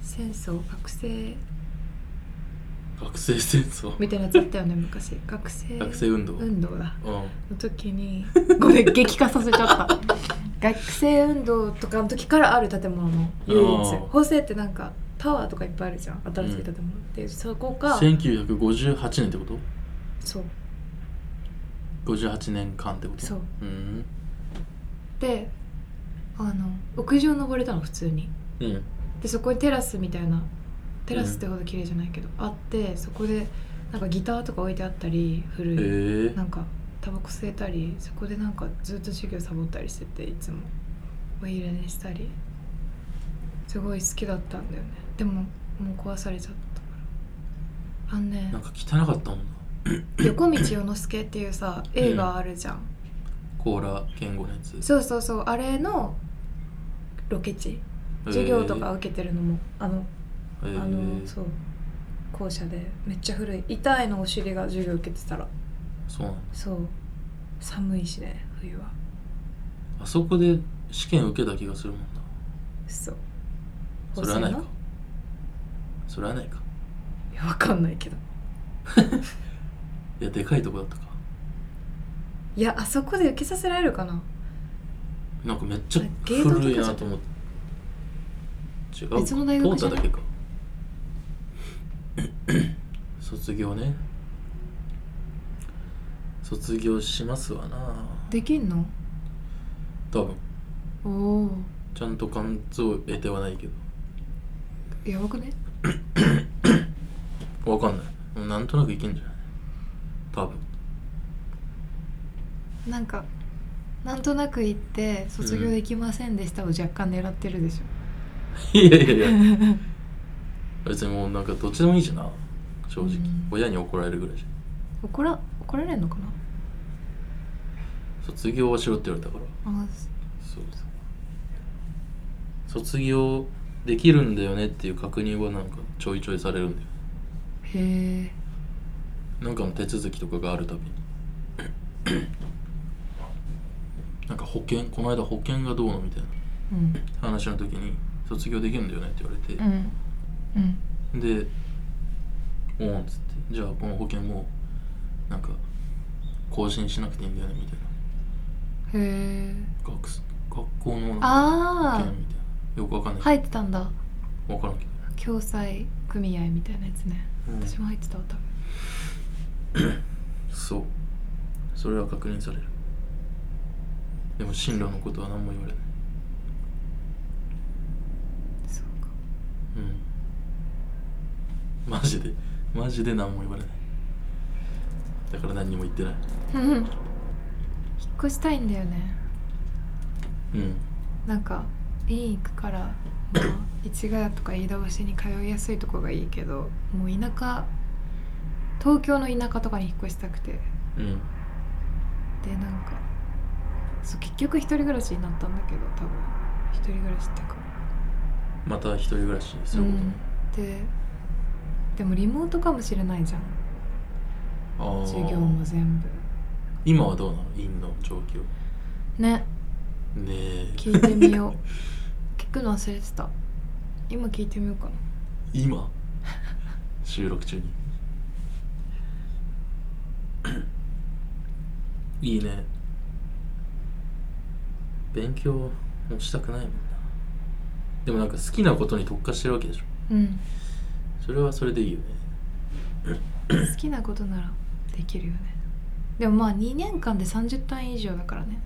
Speaker 1: 戦争学生
Speaker 2: 学生戦争
Speaker 1: みたいなやつあったよね昔学生
Speaker 2: 学生運動うん、
Speaker 1: 運動だの時にごめん激化させちゃった 学生運動とかの時からある建物の唯一
Speaker 2: あー
Speaker 1: 法政ってなんかタワーとかいっぱいあるじゃん新しい建物って、そこが
Speaker 2: 1958年ってこと
Speaker 1: そう
Speaker 2: ?58 年間ってこと
Speaker 1: そう
Speaker 2: うん
Speaker 1: であの屋上登れたの普通に
Speaker 2: うん
Speaker 1: でそこにテラスみたいなテラスってほど綺麗じゃないけど、あってそこでなんかギターとか置いてあったり古
Speaker 2: え
Speaker 1: い、
Speaker 2: ー
Speaker 1: なんかタバコ吸えたりそこでなんかずっと授業サボったりしてていつもお入れにしたりすごい好きだったんだよねでももう壊されちゃったからあのね
Speaker 2: なんか汚かったもんな
Speaker 1: 横道世之助っていうさ映画あるじゃん、
Speaker 2: コーラ言語のやつ
Speaker 1: そうそうそうあれのロケ地授業とか受けてるのも、あの
Speaker 2: えー
Speaker 1: あ
Speaker 2: え
Speaker 1: の
Speaker 2: ー
Speaker 1: そう校舎でめっちゃ古い痛いのお尻が授業受けてたら
Speaker 2: そうなんだ
Speaker 1: そう寒いしね冬は
Speaker 2: あそこで試験受けた気がするもんな
Speaker 1: そう
Speaker 2: それはない
Speaker 1: 放
Speaker 2: か
Speaker 1: 送
Speaker 2: それはないか
Speaker 1: のいやわかんないけど
Speaker 2: いやでかいとこだったか
Speaker 1: いやあそこで受けさせられるかな
Speaker 2: なんかめっちゃ
Speaker 1: あゲートとか
Speaker 2: 古い
Speaker 1: じゃ
Speaker 2: なと思って違う
Speaker 1: 別の大学じ
Speaker 2: 通
Speaker 1: ゃ
Speaker 2: っ
Speaker 1: な
Speaker 2: た
Speaker 1: い
Speaker 2: だけか 卒業ね卒業しますわな
Speaker 1: できんの
Speaker 2: 多分
Speaker 1: おお
Speaker 2: ちゃんと感想得てはないけ
Speaker 1: やばくね
Speaker 2: どわかんないもうなんとなくいけんじゃない多分
Speaker 1: なんかなんとなく行って卒 業できませんでしたを若干狙ってるでしょ、
Speaker 2: いやいやいや別にもうなんかどっちでもいいしな正直、
Speaker 1: うん
Speaker 2: 親に怒られるぐらいじゃ
Speaker 1: 怒ら怒られるのかなん
Speaker 2: 卒業はしろって言われたから
Speaker 1: あ
Speaker 2: そう卒業できるんだよねっていう確認はなんかちょいちょいされるんだよ
Speaker 1: へえ
Speaker 2: なんかの手続きとかがあるたびに なんか保険この間保険がどうのみたいな
Speaker 1: うん
Speaker 2: 話の時に卒業できるんだよねって言われて、
Speaker 1: うんうん
Speaker 2: で「おん」っつって「じゃあこの保険もなんか更新しなくていいんだよね」みたい
Speaker 1: へえ
Speaker 2: な学す学校のなんか保
Speaker 1: あ
Speaker 2: 険みたいなよくわかんな
Speaker 1: あ入
Speaker 2: い、
Speaker 1: ってたんだ
Speaker 2: わからんけど、
Speaker 1: 共済組合みたいなやつね
Speaker 2: うん
Speaker 1: 私も入ってたわ多分
Speaker 2: そうそれは確認されるでも進路のことは何も言われない
Speaker 1: そうか
Speaker 2: うんマジでマジで何も言われないだから何にも言ってない
Speaker 1: うん引っ越したいんだよね
Speaker 2: うん
Speaker 1: なんか家行くから、まあ、 市ヶ谷とか飯田橋に通いやすいとこがいいけどもう田舎東京の田舎とかに引っ越したくて
Speaker 2: うん
Speaker 1: でなんかそう結局一人暮らしになったんだけど多分一人暮らしっていうか
Speaker 2: また一人暮らしすることね、
Speaker 1: ででもリモートかもしれないじゃん
Speaker 2: ああ
Speaker 1: 授業も全部
Speaker 2: 今はどうなの院の状況
Speaker 1: ね
Speaker 2: ねえ
Speaker 1: 聞いてみよう 聞くの忘れてた今聞いてみようかな
Speaker 2: 今収 録中にいいね勉強もしたくないもんなでもなんか好きなことに特化してるわけでしょ
Speaker 1: うん
Speaker 2: それはそれでいいよね
Speaker 1: 好きなことならできるよねでもまあ2年間で30単位以上だからね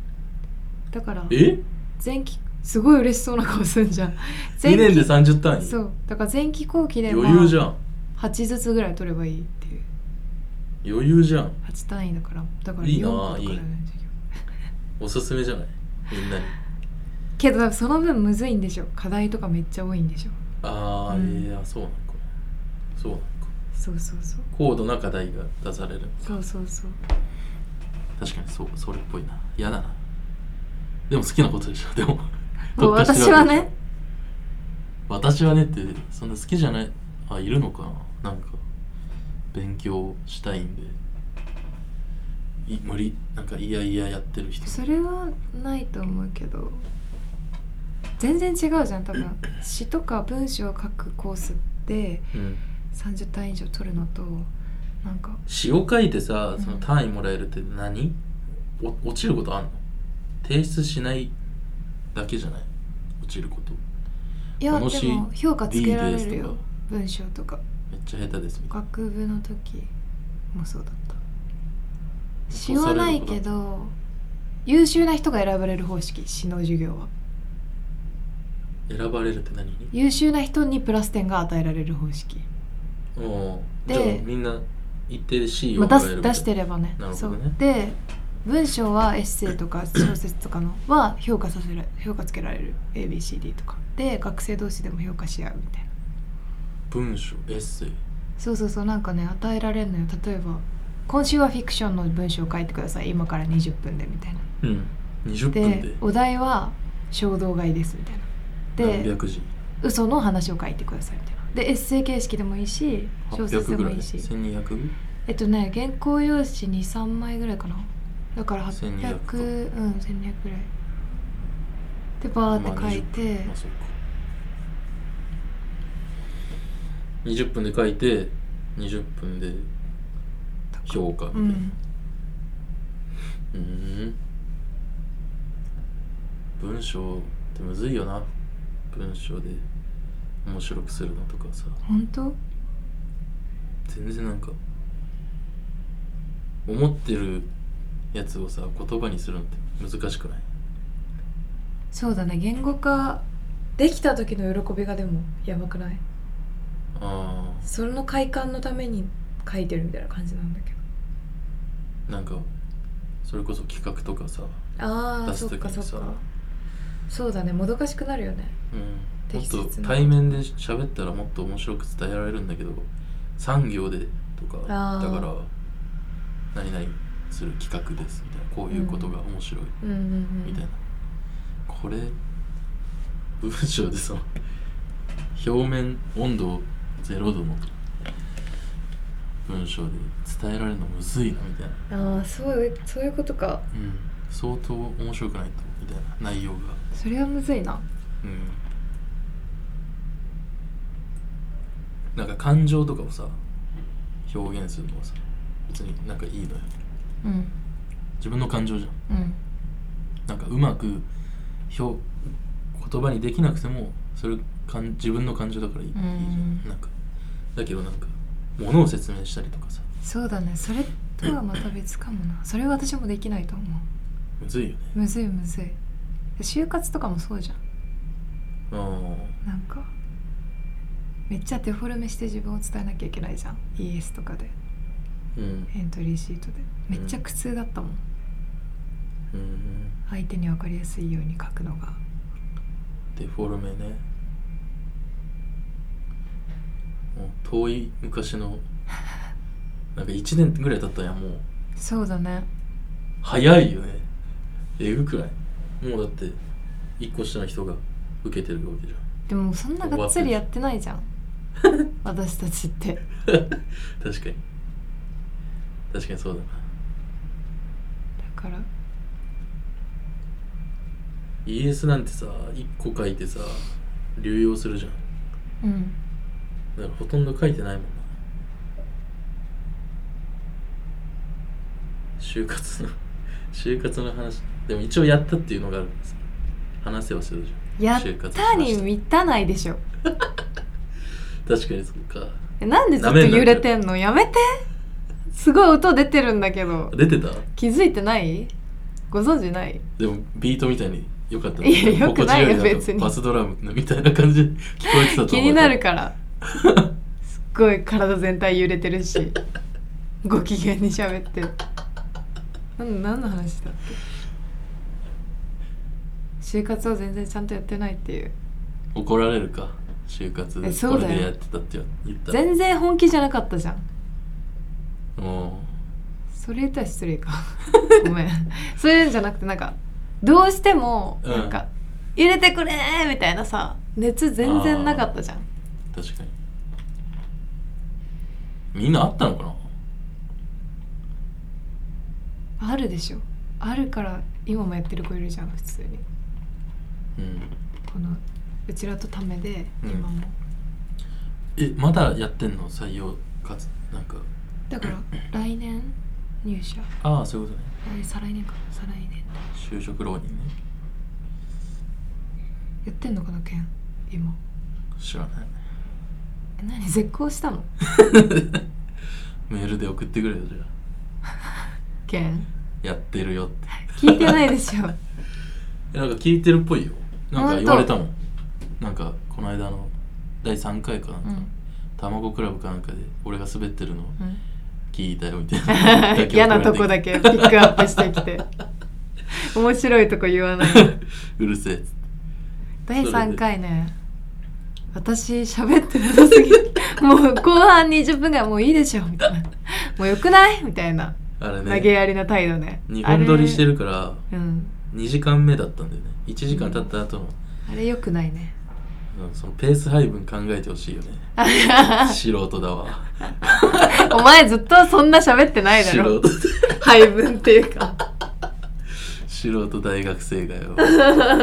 Speaker 1: だから
Speaker 2: え
Speaker 1: 前期すごい嬉しそうな顔するじゃん
Speaker 2: 2年で
Speaker 1: 期
Speaker 2: 30単位
Speaker 1: そうだから前期後期で
Speaker 2: 余裕じゃ
Speaker 1: ん
Speaker 2: ん
Speaker 1: 8ずつぐらい取ればいいっていう
Speaker 2: 余裕じゃん
Speaker 1: 8単位だからだから
Speaker 2: いいな
Speaker 1: 4個とかだよね授業
Speaker 2: おすすめじゃないみんなに
Speaker 1: けど多分その分むずいんでしょ課題とかめっちゃ多いんでしょ
Speaker 2: ああ、
Speaker 1: うん
Speaker 2: いやそうなのかそうなのか
Speaker 1: そうそうそう
Speaker 2: 高度な課題が出される
Speaker 1: そうそうそう
Speaker 2: 確かにそうそれっぽいな嫌だなでも好きなことでしょで も
Speaker 1: もう
Speaker 2: 特化して
Speaker 1: 私
Speaker 2: るわ
Speaker 1: は
Speaker 2: けでしょ
Speaker 1: ね
Speaker 2: 私はねってそんな好きじゃないあいるのかななんか勉強したいんでい無理なんかいやいややってる人
Speaker 1: それはないと思うけど全然違うじゃん多分詩とか文章を書くコースって
Speaker 2: うん
Speaker 1: 30単位以上取るのとなんか
Speaker 2: 詩を書いてさその単位もらえるって何、お落ちることあんの提出しないだけじゃない落ちること
Speaker 1: いや
Speaker 2: こ
Speaker 1: で
Speaker 2: の詩
Speaker 1: も評価つけられ
Speaker 2: D
Speaker 1: る
Speaker 2: ですとか
Speaker 1: よ文章とか
Speaker 2: めっちゃ下手ですみたい
Speaker 1: 学部の時もそうだった
Speaker 2: そ
Speaker 1: 詩
Speaker 2: う
Speaker 1: はないけ
Speaker 2: されるこ
Speaker 1: ど優秀な人が選ばれる方式詩の授業は
Speaker 2: な選ばれるって何に
Speaker 1: 優秀な人にプラス点が与えられる方式、
Speaker 2: おー
Speaker 1: で
Speaker 2: じゃあみんな一定で C を
Speaker 1: ま
Speaker 2: も
Speaker 1: あ、
Speaker 2: ら
Speaker 1: 出
Speaker 2: え
Speaker 1: す
Speaker 2: る
Speaker 1: 出してればね
Speaker 2: なるほ
Speaker 1: そ
Speaker 2: ど
Speaker 1: う
Speaker 2: ね
Speaker 1: で文章はエッ セイとか小説とかのは評価させられ評価つけられる ABCD とかで学生同士でも評価し合うみたいな
Speaker 2: 文章エッセイ
Speaker 1: そうそうそうなんかね与えられるのよ例えば今週はフィクションの文章を書いてください今から20分でみたいな
Speaker 2: うん20分
Speaker 1: で
Speaker 2: で
Speaker 1: お題は衝動買いですみたいな
Speaker 2: 何
Speaker 1: で
Speaker 2: 百字
Speaker 1: 嘘の話を書いてくださいみたいなでエッセイ形式でもいいし小説
Speaker 2: 800
Speaker 1: で
Speaker 2: ぐ
Speaker 1: も
Speaker 2: らい
Speaker 1: いいし
Speaker 2: 1200
Speaker 1: えっとね原稿用紙23枚ぐらいかなだから
Speaker 2: 1200
Speaker 1: 800
Speaker 2: か
Speaker 1: うん1200ぐらいでバーって書いて、
Speaker 2: まあそうか20分で書いて20分で評価みた
Speaker 1: う
Speaker 2: いなんうーん文章ってむずいよな文章で面白くするのとかさ
Speaker 1: 本当
Speaker 2: 全然なんか思ってるやつをさ言葉にするのって難しくない
Speaker 1: そうだね言語化できた時の喜びがでもやばくない
Speaker 2: あ
Speaker 1: その快感のために書いてるみたいな感じなんだけど
Speaker 2: ーなんかそれこそ企画とかさ
Speaker 1: ああ
Speaker 2: 出
Speaker 1: そ
Speaker 2: す
Speaker 1: っ
Speaker 2: 時
Speaker 1: か
Speaker 2: に
Speaker 1: そ
Speaker 2: さ
Speaker 1: っかそうだねもどかしくなるよね
Speaker 2: うんもっ
Speaker 1: 適切な
Speaker 2: と対面で喋ったらもっと面白く伝えられるんだけど産業でとかだ
Speaker 1: あー
Speaker 2: から何々する企画ですみたいなこういうことが面白い
Speaker 1: うんうんうん
Speaker 2: みたいな、これ文章でその表面温度0度の文章で伝えられるのむずいなみたいな、
Speaker 1: ああそういうそういうことか
Speaker 2: うん、相当面白くないとみたいな内容が、
Speaker 1: それはむずいな
Speaker 2: うん、なんか感情とかをさ表現するのはさ別になんかいいのよ
Speaker 1: うん
Speaker 2: 自分の感情じゃん
Speaker 1: うん
Speaker 2: なんかうまく表言葉にできなくてもそれかん自分の感情だからいい,、
Speaker 1: うん
Speaker 2: いいじゃんなんかだけどなんか物を説明したりとかさ
Speaker 1: そうだねそれとはまた別かも なそれは私もできないと思う
Speaker 2: むずいよね
Speaker 1: むずいむずい就活とかもそうじゃん
Speaker 2: あー
Speaker 1: なんかめっちゃデフォルメして自分を伝えなきゃいけないじゃん ES とかで
Speaker 2: うん
Speaker 1: エントリーシートでめっちゃ苦痛だったもん、
Speaker 2: うん
Speaker 1: 相手に分かりやすいように書くのが
Speaker 2: デフォルメねもう遠い昔のなんか1年ぐらい経ったんやもう
Speaker 1: そうだね
Speaker 2: 早いよねえぐくないもうだって1個下の人が受けてるわけじゃん
Speaker 1: でもそんながっつりやってない じゃん私たちって
Speaker 2: 確かに確かにそうだな
Speaker 1: だから
Speaker 2: ES なんてさ1個書いてさ流用するじゃん
Speaker 1: うん
Speaker 2: だからほとんど書いてないもんな就活の就活の話でも一応やったっていうのがあるんです話せはするじゃ
Speaker 1: や
Speaker 2: ん
Speaker 1: っ
Speaker 2: 就活した
Speaker 1: に満たないでしょ
Speaker 2: 確かにそうか
Speaker 1: えなんでずっと揺れてんのやめてすごい音出てるんだけど
Speaker 2: 出てた
Speaker 1: 気づいてないご存知ない
Speaker 2: でもビートみたいによかった
Speaker 1: いや良くないよ
Speaker 2: 心地んか
Speaker 1: 別に
Speaker 2: バスドラムみたいな 感じで聞こえてたと思う
Speaker 1: 気になるからすっごい体全体揺れてるしご機嫌に喋ってるなん何の話だっけ就活を全然ちゃんとやってないっていう
Speaker 2: 怒られるか就活
Speaker 1: えそうだよ
Speaker 2: これでやってたって言ったら
Speaker 1: 全然本気じゃなかったじゃん
Speaker 2: も
Speaker 1: それ言ったら失礼か ごめんそういうんじゃなくてなんかどうしても
Speaker 2: うん
Speaker 1: なんか、入れてくれーみたいなさ熱全然なかったじゃん
Speaker 2: う確かにみんなあったのかな
Speaker 1: あるでしょあるから今もやってる子いるじゃん普通に
Speaker 2: うん
Speaker 1: このうちらとためで
Speaker 2: うん
Speaker 1: 今も、
Speaker 2: えまだやってんの採用かつなんか
Speaker 1: だから来年入社
Speaker 2: ああそういうことね
Speaker 1: 来再来年か再来年
Speaker 2: 就職浪人ね
Speaker 1: やってんのかなケン今
Speaker 2: 知らない
Speaker 1: え何絶交したの
Speaker 2: メールで送ってくれよじゃ
Speaker 1: ケン
Speaker 2: あやってるよって
Speaker 1: 聞いてないで しょ
Speaker 2: えなんか聞いてるっぽいよなんか言われたも
Speaker 1: ほ
Speaker 2: んなんかこの間の第3回かなん
Speaker 1: う
Speaker 2: か、
Speaker 1: ん
Speaker 2: 卵クラブかなんかで俺が滑ってるの
Speaker 1: うん
Speaker 2: 聞いたよみたい な
Speaker 1: 嫌なとこだけピックアップしてき て面白いとこ言わない
Speaker 2: うるせえっつって
Speaker 1: 第3回ね私喋ってなさすぎ てもう後半20分ぐらいもういいでしょみたいなもうよくないみたいな
Speaker 2: あれ
Speaker 1: 投げ
Speaker 2: ね
Speaker 1: やりな態度ね
Speaker 2: 2本撮りして
Speaker 1: る
Speaker 2: るから
Speaker 1: うん
Speaker 2: 2時間目だったんだよね1時間経った後の、
Speaker 1: あれよくない ね
Speaker 2: うんそのペース配分考えてほしいよね素人だわ
Speaker 1: お前ずっとそんな喋ってないだ
Speaker 2: 素
Speaker 1: ろ
Speaker 2: 人
Speaker 1: 配分っていうか
Speaker 2: 素人大学生がよ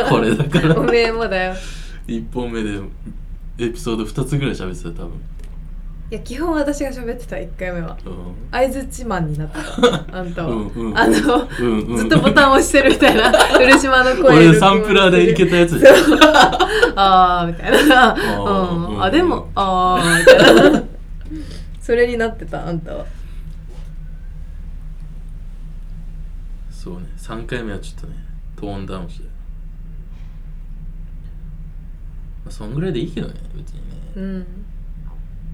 Speaker 2: これだか
Speaker 1: お
Speaker 2: ら
Speaker 1: めえもだよ
Speaker 2: 1本目でエピソード2つぐらい喋ってたよ多分、
Speaker 1: いや基本私が喋ってた1回目は
Speaker 2: うん
Speaker 1: 相づちマンになって たあんたは、
Speaker 2: うんうん
Speaker 1: あの、
Speaker 2: うんうん
Speaker 1: ずっとボタン押してるみたい な浦島の声
Speaker 2: 俺サンプラーでいけたやつ
Speaker 1: そう あーみたい な
Speaker 2: ー
Speaker 1: う、
Speaker 2: うんん
Speaker 1: あでもあーみた いなそれになってたあんたは
Speaker 2: そうね3回目はちょっとねトーンダウンしてまあそんぐらいでいいけどね別にね、
Speaker 1: うん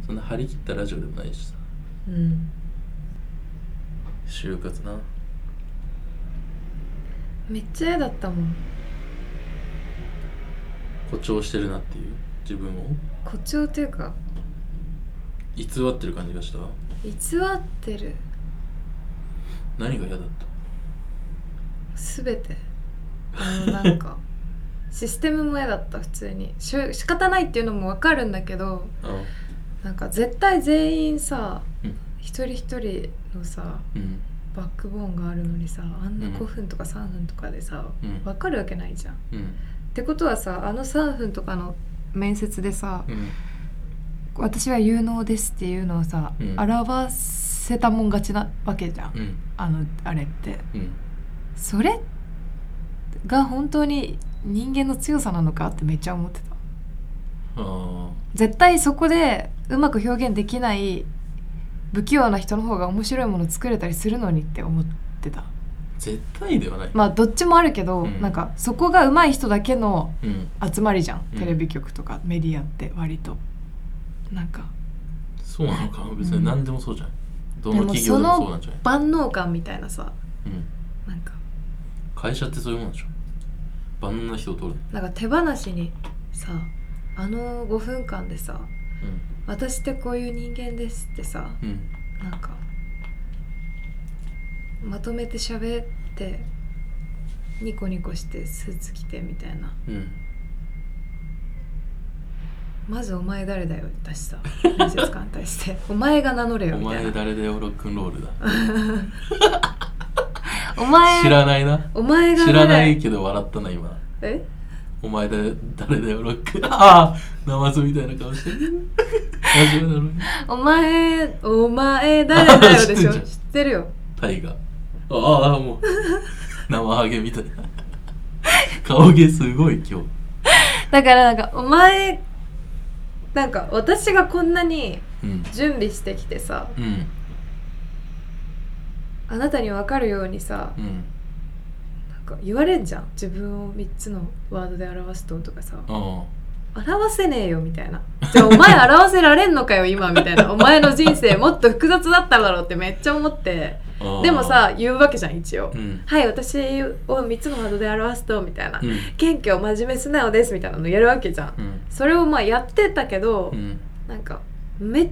Speaker 2: そんな張り切ったラジオでもないしさ
Speaker 1: うん
Speaker 2: 就活な
Speaker 1: めっちゃ嫌だったもん
Speaker 2: 誇張してるなっていう自分を
Speaker 1: 誇張っていうか
Speaker 2: 偽ってる感じがした
Speaker 1: 偽ってる
Speaker 2: 何が嫌だった
Speaker 1: 全てあのなん かシステムも嫌だった普通にしょ仕方ないっていうのも分かるんだけど
Speaker 2: あ
Speaker 1: なんか絶対全員さ、
Speaker 2: うん
Speaker 1: 一人一人のさ
Speaker 2: うん
Speaker 1: バックボーンがあるのにさあんな
Speaker 2: うん
Speaker 1: 5分とか3分とかでさ、
Speaker 2: うん
Speaker 1: 分かるわけないじゃん。っ
Speaker 2: うん
Speaker 1: てことはさあの3分とかの面接でさ、
Speaker 2: うん
Speaker 1: 私は有能ですっていうのをさ、
Speaker 2: うん
Speaker 1: 表せたもん勝ちなわけじゃん、
Speaker 2: うん
Speaker 1: あのあれって。
Speaker 2: うん
Speaker 1: それが本当に人間の強さなのかってめっちゃ思ってた。
Speaker 2: あ
Speaker 1: 絶対そこでうまく表現できない不器用な人の方が面白いもの作れたりするのにって思ってた
Speaker 2: ー絶対ではない、
Speaker 1: まあどっちもあるけど、
Speaker 2: うん
Speaker 1: なんかそこが上手い人だけの
Speaker 2: うん
Speaker 1: 集まりじゃん
Speaker 2: うん
Speaker 1: テレビ局とかメディアって割となんか
Speaker 2: そうなのか別に何でもそうじゃない、ど
Speaker 1: で
Speaker 2: の
Speaker 1: も
Speaker 2: 企業でもそうなんじゃない、
Speaker 1: 万能感みたいなさ
Speaker 2: うん、
Speaker 1: なんか
Speaker 2: 会社ってそういうもんでしょ万能な人を取る
Speaker 1: なんか手放しにさあの5分間でさ「私ってこういう人間です」ってさ
Speaker 2: うんうん
Speaker 1: なんかまとめて喋ってニコニコしてスーツ着てみたいな
Speaker 2: うん
Speaker 1: まずお前誰だよ出した面接官に対 してお前が名乗れよ
Speaker 2: お
Speaker 1: みたい
Speaker 2: 前
Speaker 1: な
Speaker 2: 誰だよロックンロールだ
Speaker 1: お前
Speaker 2: 知らないな
Speaker 1: お前が
Speaker 2: 知らな
Speaker 1: 誰
Speaker 2: いけど笑ったな今
Speaker 1: え
Speaker 2: お前だ誰だよロックああナマズみたいな顔してる真面目なのに
Speaker 1: お前お前誰だよでしょ
Speaker 2: 知っ
Speaker 1: 知
Speaker 2: てんじゃん
Speaker 1: ってるよ
Speaker 2: タイがああもう生ハゲみたいな顔毛すごい今日
Speaker 1: だからなんかお前なんか私がこんなに
Speaker 2: うん
Speaker 1: 準備してきてさ
Speaker 2: うん
Speaker 1: あなたに分かるようにさ
Speaker 2: うん
Speaker 1: なんか言われんじゃん自分を3つのワードで表すととかさ
Speaker 2: あ
Speaker 1: 表せねえよみたいなじゃあお前表せられんのかよ今みたい なお前の人生もっと複雑だっただろうってめっちゃ思って
Speaker 2: あああ
Speaker 1: でもさ言うわけじゃん一応、
Speaker 2: うん
Speaker 1: はい私を3つのワードで表すとみたいな、
Speaker 2: うん
Speaker 1: 謙虚真面目素直ですみたいなのやるわけじゃん
Speaker 2: うん
Speaker 1: それをまあやってたけど、
Speaker 2: うん
Speaker 1: なんかめっ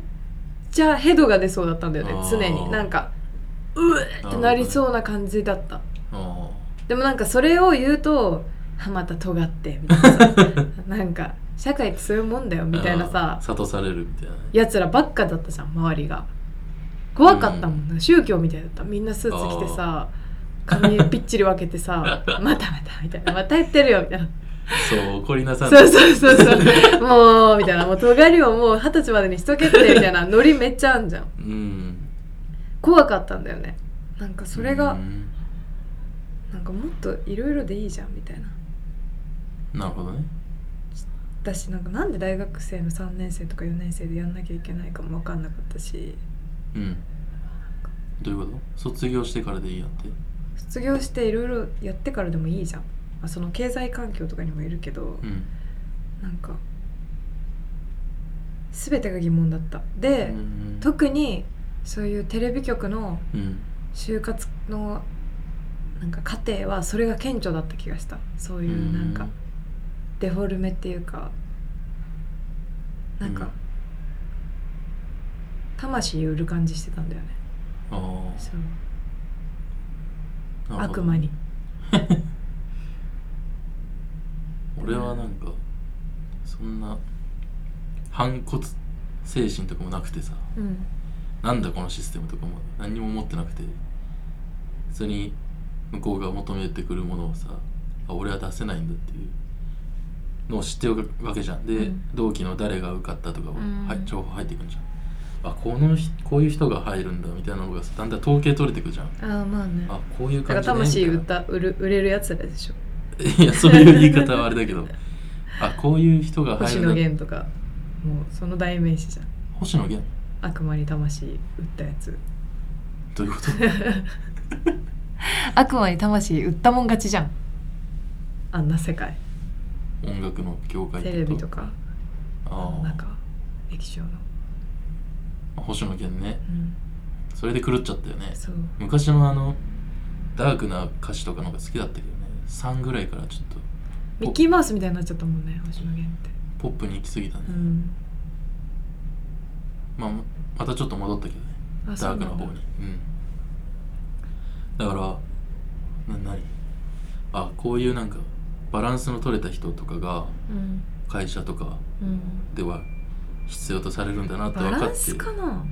Speaker 1: ちゃヘドが出そうだったんだよね
Speaker 2: あー
Speaker 1: 常になんかうえってなりそうな感じだった
Speaker 2: あ
Speaker 1: でもなんかそれを言うとはまた尖ってみたいな さなんか社会ってそういうもんだよ
Speaker 2: あ
Speaker 1: みたいな
Speaker 2: あ
Speaker 1: さ
Speaker 2: あ諭されるみたいなね
Speaker 1: やつらばっかだったじゃん周りが怖かったもんな、宗教みたいだったみんなスーツ着てさ髪ぴっちり分けて さまたまたみたいなまたやってるよみたいな
Speaker 2: そう怒りなさん
Speaker 1: そうそうそうそうもうみたいなもう尖りをもう二十歳までにしとけってみたいなノリめっちゃあんじゃん
Speaker 2: うん
Speaker 1: 怖かったんだよねなんかそれが、
Speaker 2: うん
Speaker 1: なんかもっといろいろでいいじゃんみたいな
Speaker 2: なるほどね
Speaker 1: だしなんかなんで大学生の3年生とか4年生でやんなきゃいけないかも分かんなかったし
Speaker 2: うんどういうこと卒業してからでいいやって
Speaker 1: 卒業していろいろやってからでもいいじゃん、まあ、その経済環境とかにもいるけど
Speaker 2: うん
Speaker 1: なんか全てが疑問だった
Speaker 2: う
Speaker 1: で、
Speaker 2: ん
Speaker 1: 特にそういうテレビ局の
Speaker 2: うん
Speaker 1: 就活のなんか過程はそれが顕著だった気がしたそういうなんかデフォルメっていうかなん
Speaker 2: う
Speaker 1: か
Speaker 2: ん
Speaker 1: 魂売る感じしてたんだよね
Speaker 2: あ
Speaker 1: その
Speaker 2: あなるほど
Speaker 1: 悪魔に
Speaker 2: 俺はなんかそんな反骨精神とかもなくてさ
Speaker 1: うん
Speaker 2: なんだこのシステムとかも何にも思ってなくて普通に向こうが求めてくるものをさあ俺は出せないんだっていうのを知っておくわけじゃんで、
Speaker 1: うん
Speaker 2: 同期の誰が受かったとかは、
Speaker 1: うん
Speaker 2: はい、情報入ってくんじゃんあこのひこういう人が入るんだみたいなのがさだんだん統計取れてくじゃん
Speaker 1: ああまあね
Speaker 2: あこういう
Speaker 1: だか
Speaker 2: 感
Speaker 1: ら
Speaker 2: じね
Speaker 1: 魂
Speaker 2: み
Speaker 1: 売
Speaker 2: たいな
Speaker 1: った売る売れるやつらでしょ
Speaker 2: いやそういう言い方はあれだけどあこういう人が入
Speaker 1: 星
Speaker 2: る
Speaker 1: 野
Speaker 2: んだ
Speaker 1: 源とかもうその代名詞じゃん
Speaker 2: 星野源
Speaker 1: 悪魔に魂売ったやつ
Speaker 2: どういうこと
Speaker 1: 悪魔に魂売ったもん勝ちじゃんあんな世界
Speaker 2: 音楽の業界って
Speaker 1: テ
Speaker 2: こと
Speaker 1: レビとか
Speaker 2: あ
Speaker 1: なん
Speaker 2: あ
Speaker 1: か液晶の
Speaker 2: 星野源ね
Speaker 1: うん
Speaker 2: それで狂っちゃったよね
Speaker 1: そう
Speaker 2: 昔のあのダークな歌詞とかの方が好きだったけどね3ぐらいからちょっと
Speaker 1: ミッキーマウスみたいになっちゃったもんね星野源って
Speaker 2: ポップに行き過ぎたね
Speaker 1: う、ん
Speaker 2: まあもまたちょっと戻ったけどね
Speaker 1: あ
Speaker 2: ダーク
Speaker 1: そう
Speaker 2: の方
Speaker 1: なんだ
Speaker 2: にうんだからな何あこういうなんかバランスの取れた人とかが
Speaker 1: うん
Speaker 2: 会社とか
Speaker 1: うん
Speaker 2: では必要とされるんだなって
Speaker 1: バ
Speaker 2: 分か
Speaker 1: ラ
Speaker 2: っ
Speaker 1: ン
Speaker 2: て
Speaker 1: スかな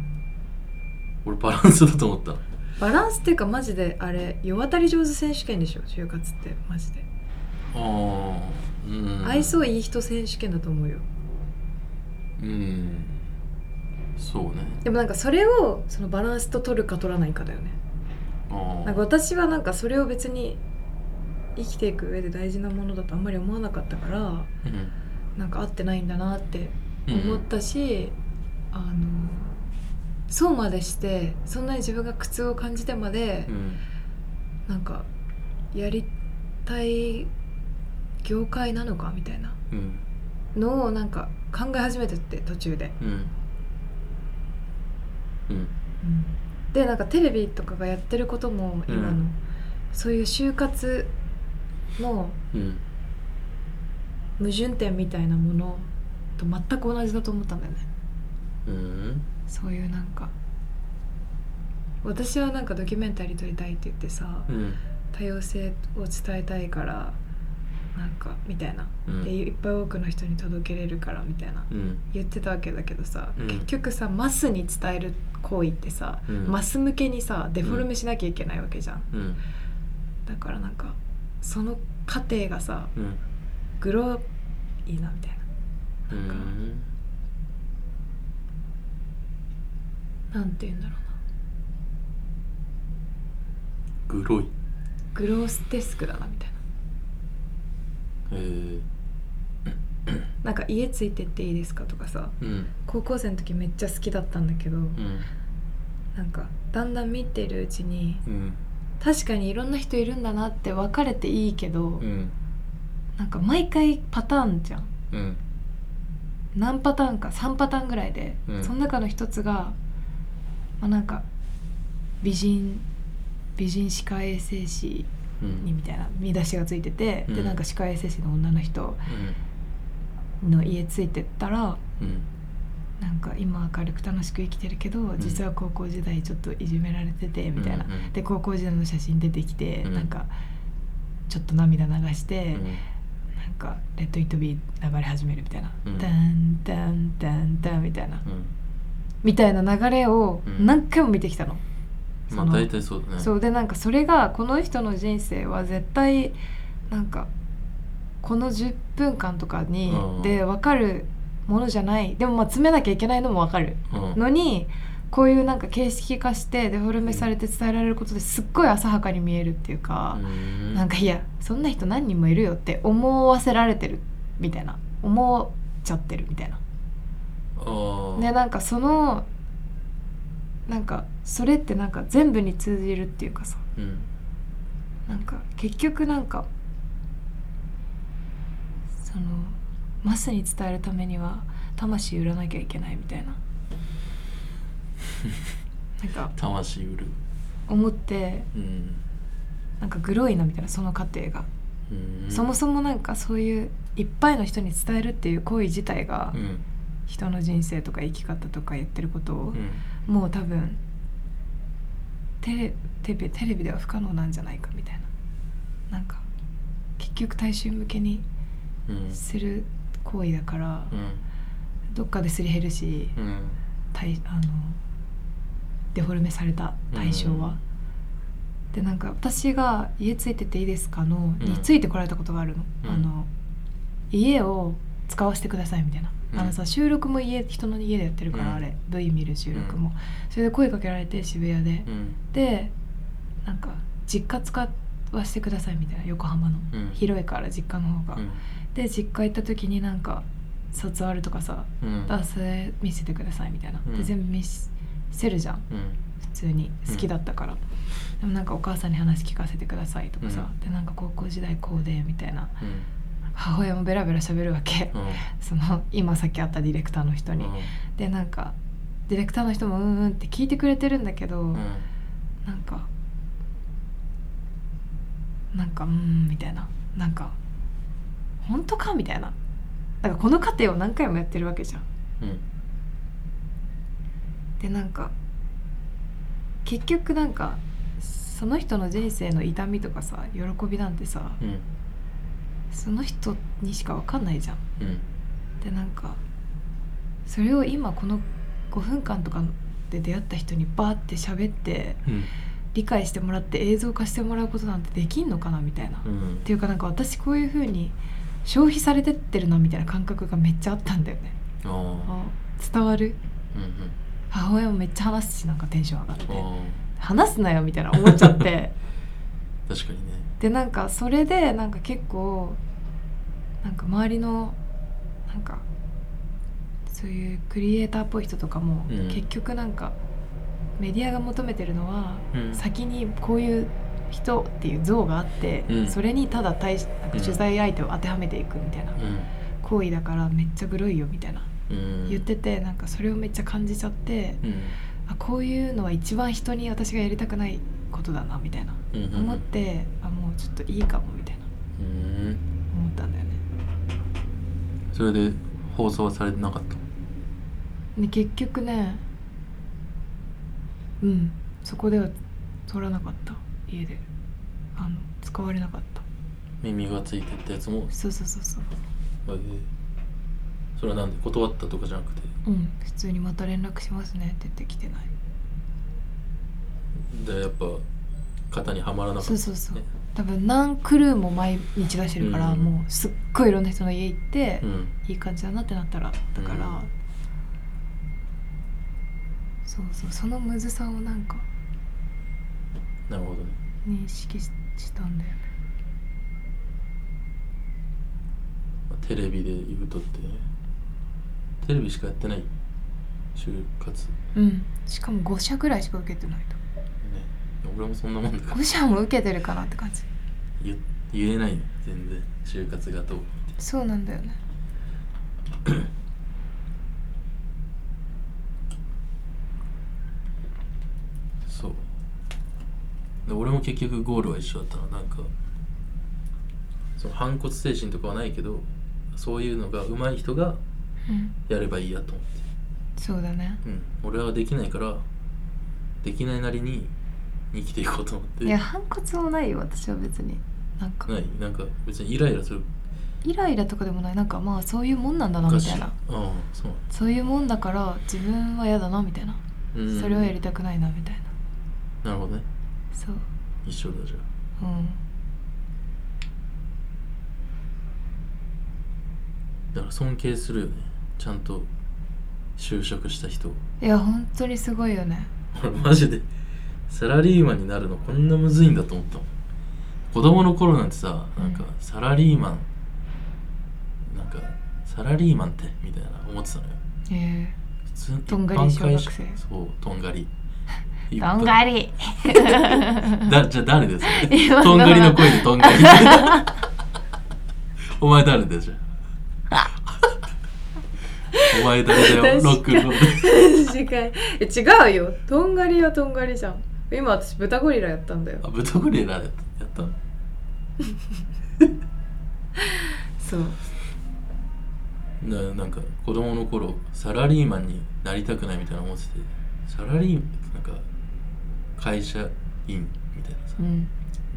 Speaker 2: 俺バランスだと思った
Speaker 1: バランスっていうかマジであれ世渡り上手選手権でしょ就活ってマジで、
Speaker 2: ああうん
Speaker 1: 愛想いい人選手権だと思うよ
Speaker 2: うんそうね
Speaker 1: でもなんかそれをそのバランスと取るか取らないかだよね
Speaker 2: あ
Speaker 1: なんか
Speaker 2: あ
Speaker 1: 私はなんかそれを別に生きていく上で大事なものだとあんまり思わなかったから
Speaker 2: うん
Speaker 1: なんか合ってないんだなって
Speaker 2: うん
Speaker 1: 思ったし、あのそうまでしてそんなに自分が苦痛を感じてまで、
Speaker 2: うん
Speaker 1: なんかやりたい業界なのかみたいな
Speaker 2: うん
Speaker 1: のをなんか考え始めてって途中で、
Speaker 2: うんうん
Speaker 1: でなんかテレビとかがやってることも今の、
Speaker 2: うん
Speaker 1: そういう就活の
Speaker 2: うん
Speaker 1: 矛盾点みたいなものと全く同じだと思ったんだよね
Speaker 2: うん
Speaker 1: そういうなんか私はなんかドキュメンタリー撮りたいって言ってさ
Speaker 2: うん
Speaker 1: 多様性を伝えたいからなんかみたいな
Speaker 2: うん
Speaker 1: でいっぱい多くの人に届けれるからみたいな
Speaker 2: うん
Speaker 1: 言ってたわけだけどさ、
Speaker 2: うん
Speaker 1: 結局さマスに伝える行為ってさ、
Speaker 2: うん
Speaker 1: マス向けにさデフォルメしなきゃいけないわけじゃん、
Speaker 2: うん
Speaker 1: だからなんかその過程がさ
Speaker 2: うん
Speaker 1: グロいいなみたい
Speaker 2: うん
Speaker 1: ななんて言うんだろうな
Speaker 2: グロい
Speaker 1: グロースデスクだなみたいな
Speaker 2: えー、
Speaker 1: なんか家ついてっていいですかとかさ
Speaker 2: うん
Speaker 1: 高校生の時めっちゃ好きだったんだけど、
Speaker 2: うん
Speaker 1: なんかだんだん見てるうちに
Speaker 2: うん
Speaker 1: 確かにいろんな人いるんだなって分かれていいけど、
Speaker 2: うん
Speaker 1: なんか毎回パターンじゃん
Speaker 2: うん
Speaker 1: 何パターンか3パターンぐらいで、
Speaker 2: うん
Speaker 1: その中の一つが、まあ、なんか美人美人歯科衛生士
Speaker 2: う
Speaker 1: に
Speaker 2: ん
Speaker 1: みたいな見出しがついてて、
Speaker 2: う
Speaker 1: で
Speaker 2: ん
Speaker 1: なんか歯科衛生士の女の人の家ついてったら
Speaker 2: うん
Speaker 1: なんか今明るく楽しく生きてるけど実は高校時代ちょっといじめられててみたいな、
Speaker 2: うんうん
Speaker 1: で高校時代の写真出てきて、
Speaker 2: うん
Speaker 1: なんかちょっと涙流して、
Speaker 2: うん
Speaker 1: なんか「レッド・イット・ビー」流れ始めるみたいな「
Speaker 2: うん
Speaker 1: ダンダンダンダン」みたいな
Speaker 2: うん
Speaker 1: みたいな流れを
Speaker 2: うん
Speaker 1: 何回も見てきたの。そ
Speaker 2: まあ
Speaker 1: の
Speaker 2: 大体そうだね
Speaker 1: そうでなんかそれがこの人の人生は絶対なんかこの10分間とかに
Speaker 2: うん
Speaker 1: で分かるものじゃないでもまあ詰めなきゃいけないのも分かる
Speaker 2: うん
Speaker 1: のにこういうなんか形式化してデフォルメされて伝えられることですっごい浅はかに見えるっていうか、
Speaker 2: うん
Speaker 1: なんかいやそんな人何人もいるよって思わせられてるみたいな思っちゃってるみたいな。
Speaker 2: ああ
Speaker 1: ねなんかそのなんかそれってなんか全部に通じるっていうかさ
Speaker 2: うん
Speaker 1: なんか結局なんかそのマスに伝えるためには魂売らなきゃいけないみた いななんか
Speaker 2: 魂売る
Speaker 1: 思って
Speaker 2: うん
Speaker 1: なんかグロいなみたいなその過程が、
Speaker 2: うん
Speaker 1: そもそもなんかそういういっぱいの人に伝えるっていう行為自体が、
Speaker 2: うん
Speaker 1: 人の人生とか生き方とか言ってることを、
Speaker 2: うん
Speaker 1: もう多分テレテレビテレビでは不可能なんじゃないかみたいななんか結局大衆向けに
Speaker 2: うん
Speaker 1: する行為だから、
Speaker 2: うん
Speaker 1: どっかですり減るし、
Speaker 2: うん
Speaker 1: 対あのデフォルメされた対象は。でなんか私が「家ついてていいですかの」
Speaker 2: うん
Speaker 1: についてこられたことがあるの,、
Speaker 2: うん
Speaker 1: あの家を使わせてくださいみたいな、
Speaker 2: うん
Speaker 1: あのさ収録も家人の家でやってるから、
Speaker 2: うん
Speaker 1: あれ V 見る収録も、それで声かけられて渋谷で、
Speaker 2: うん
Speaker 1: でなんか実家使わせてくださいみたいな横浜の、
Speaker 2: うん
Speaker 1: 広いから実家の方が、で実家行った時になんか卒アルとかさ
Speaker 2: うん
Speaker 1: あそれ見せてくださいみたいな、
Speaker 2: う
Speaker 1: で
Speaker 2: ん
Speaker 1: 全部見せるじゃん
Speaker 2: うん
Speaker 1: 普通に好きだったから、でもなんかお母さんに話聞かせてくださいとかさ、
Speaker 2: うん
Speaker 1: でなんか高校時代こうでみたいな
Speaker 2: うん
Speaker 1: 母親もベラベラ喋るわけ、
Speaker 2: うん
Speaker 1: その今さっき会ったディレクターの人に、でなんかディレクターの人もうんうんって聞いてくれてるんだけど、
Speaker 2: うん
Speaker 1: なんかなんかうーんみたいななんか本当かみたいななんかこの過程を何回もやってるわけじゃん
Speaker 2: うん
Speaker 1: でなんか結局なんかその人の人生の痛みとかさ喜びなんてさ
Speaker 2: うん
Speaker 1: その人にしか分かんないじゃん
Speaker 2: うん
Speaker 1: でなんかそれを今この5分間とかで出会った人にバーって喋って
Speaker 2: うん
Speaker 1: 理解してもらって映像化してもらうことなんてできんのかなみたいな、
Speaker 2: う
Speaker 1: っ
Speaker 2: ん
Speaker 1: ていうかなんか私こういう風に消費されてってるなみたいな感覚がめっちゃあったんだよね
Speaker 2: ああ
Speaker 1: あ伝わる
Speaker 2: うんうん
Speaker 1: 母親もめっちゃ話すしなんかテンション上がって
Speaker 2: あ
Speaker 1: 話すなよみたいな思っちゃって
Speaker 2: あ確かにね
Speaker 1: でなんかそれでなんか結構なんか周りのなんかそういうクリエイターっぽい人とかも、
Speaker 2: うん
Speaker 1: 結局なんかメディアが求めてるのは、
Speaker 2: うん
Speaker 1: 先にこういう人っていう像があって、
Speaker 2: うん
Speaker 1: それにただ対しなんか取材相手を当てはめていくみたいな行為だからめっちゃグロいよみたいな
Speaker 2: うんうん
Speaker 1: 言っててなんかそれをめっちゃ感じちゃって、
Speaker 2: うん
Speaker 1: あこういうのは一番人に私がやりたくないことだなみたいな
Speaker 2: うんうん
Speaker 1: 思って、あもうちょっといいかもみたいな
Speaker 2: うん
Speaker 1: 思ったんだよね
Speaker 2: それで放送はされてなかった
Speaker 1: で結局ねうんそこでは撮らなかった家であの使われなかった
Speaker 2: 耳がついてったやつも
Speaker 1: そうそうそうそう
Speaker 2: えーそれはなんで断ったとかじゃなくて
Speaker 1: うん普通にまた連絡しますねって言ってきてない
Speaker 2: でやっぱ型にはまらなかった
Speaker 1: そう
Speaker 2: んです
Speaker 1: そうそう
Speaker 2: ね
Speaker 1: 多分何クルーも毎日出してるから、
Speaker 2: うん
Speaker 1: もうすっごいいろんな人の家行って、
Speaker 2: うん
Speaker 1: いい感じだなってなったらだから、
Speaker 2: うん
Speaker 1: そうそうそのむずさをなんか
Speaker 2: なるほどね
Speaker 1: 認識ししたんだよね
Speaker 2: まあテレビで言うとってねテレビしかやってない就活ね
Speaker 1: うんしかも5社ぐらいしか受けてないと
Speaker 2: 俺もそんなもんだから
Speaker 1: 5社も受けてるかなって感じ
Speaker 2: 言言えないの全然就活がどう
Speaker 1: そうなんだよね
Speaker 2: そうで俺も結局ゴールは一緒だったななんかその反骨精神とかはないけどそういうのが上手い人が
Speaker 1: うん
Speaker 2: やればいいやと思って
Speaker 1: そうだね
Speaker 2: うん、俺はできないからできないなりに生きていこうと思って
Speaker 1: いや反骨もないよ私は別になんか
Speaker 2: ないなんか別にイライラする
Speaker 1: イライラとかでもないなんかまあそういうもんなんだなみたいな
Speaker 2: ああそう
Speaker 1: そういうもんだから自分は嫌だなみたいな、
Speaker 2: うん
Speaker 1: それはやりたくないなみたいな
Speaker 2: なるほどね
Speaker 1: そう
Speaker 2: 一緒だじゃ
Speaker 1: うん
Speaker 2: あだから尊敬するよねちゃんと就職した人
Speaker 1: いや本当にすごいよね
Speaker 2: 俺 マジでサラリーマンになるのこんなむずいんだと思ったもん子供の頃なんてさなん
Speaker 1: う
Speaker 2: か
Speaker 1: ん
Speaker 2: サラリーマン、なんかサラリーマンってみたいな思ってたのよ
Speaker 1: ええ
Speaker 2: 普通に
Speaker 1: とんがり
Speaker 2: 一般
Speaker 1: 小学
Speaker 2: 会社
Speaker 1: 生
Speaker 2: そうとん がり
Speaker 1: とんが り
Speaker 2: だじゃあ誰です
Speaker 1: 今の
Speaker 2: かとんがりの声でと んがりお前誰だよじゃあお前誰だよロ
Speaker 1: 確
Speaker 2: ック
Speaker 1: か
Speaker 2: ンロール
Speaker 1: 確かにえ違うよとんがりはとんがりじゃん今私豚ゴリラやったんだよ
Speaker 2: あ豚ゴリラやったやったの
Speaker 1: そう
Speaker 2: ななんか子供の頃サラリーマンになりたくないみたいな思っててサラリーなんか会社員みたいなさ
Speaker 1: うん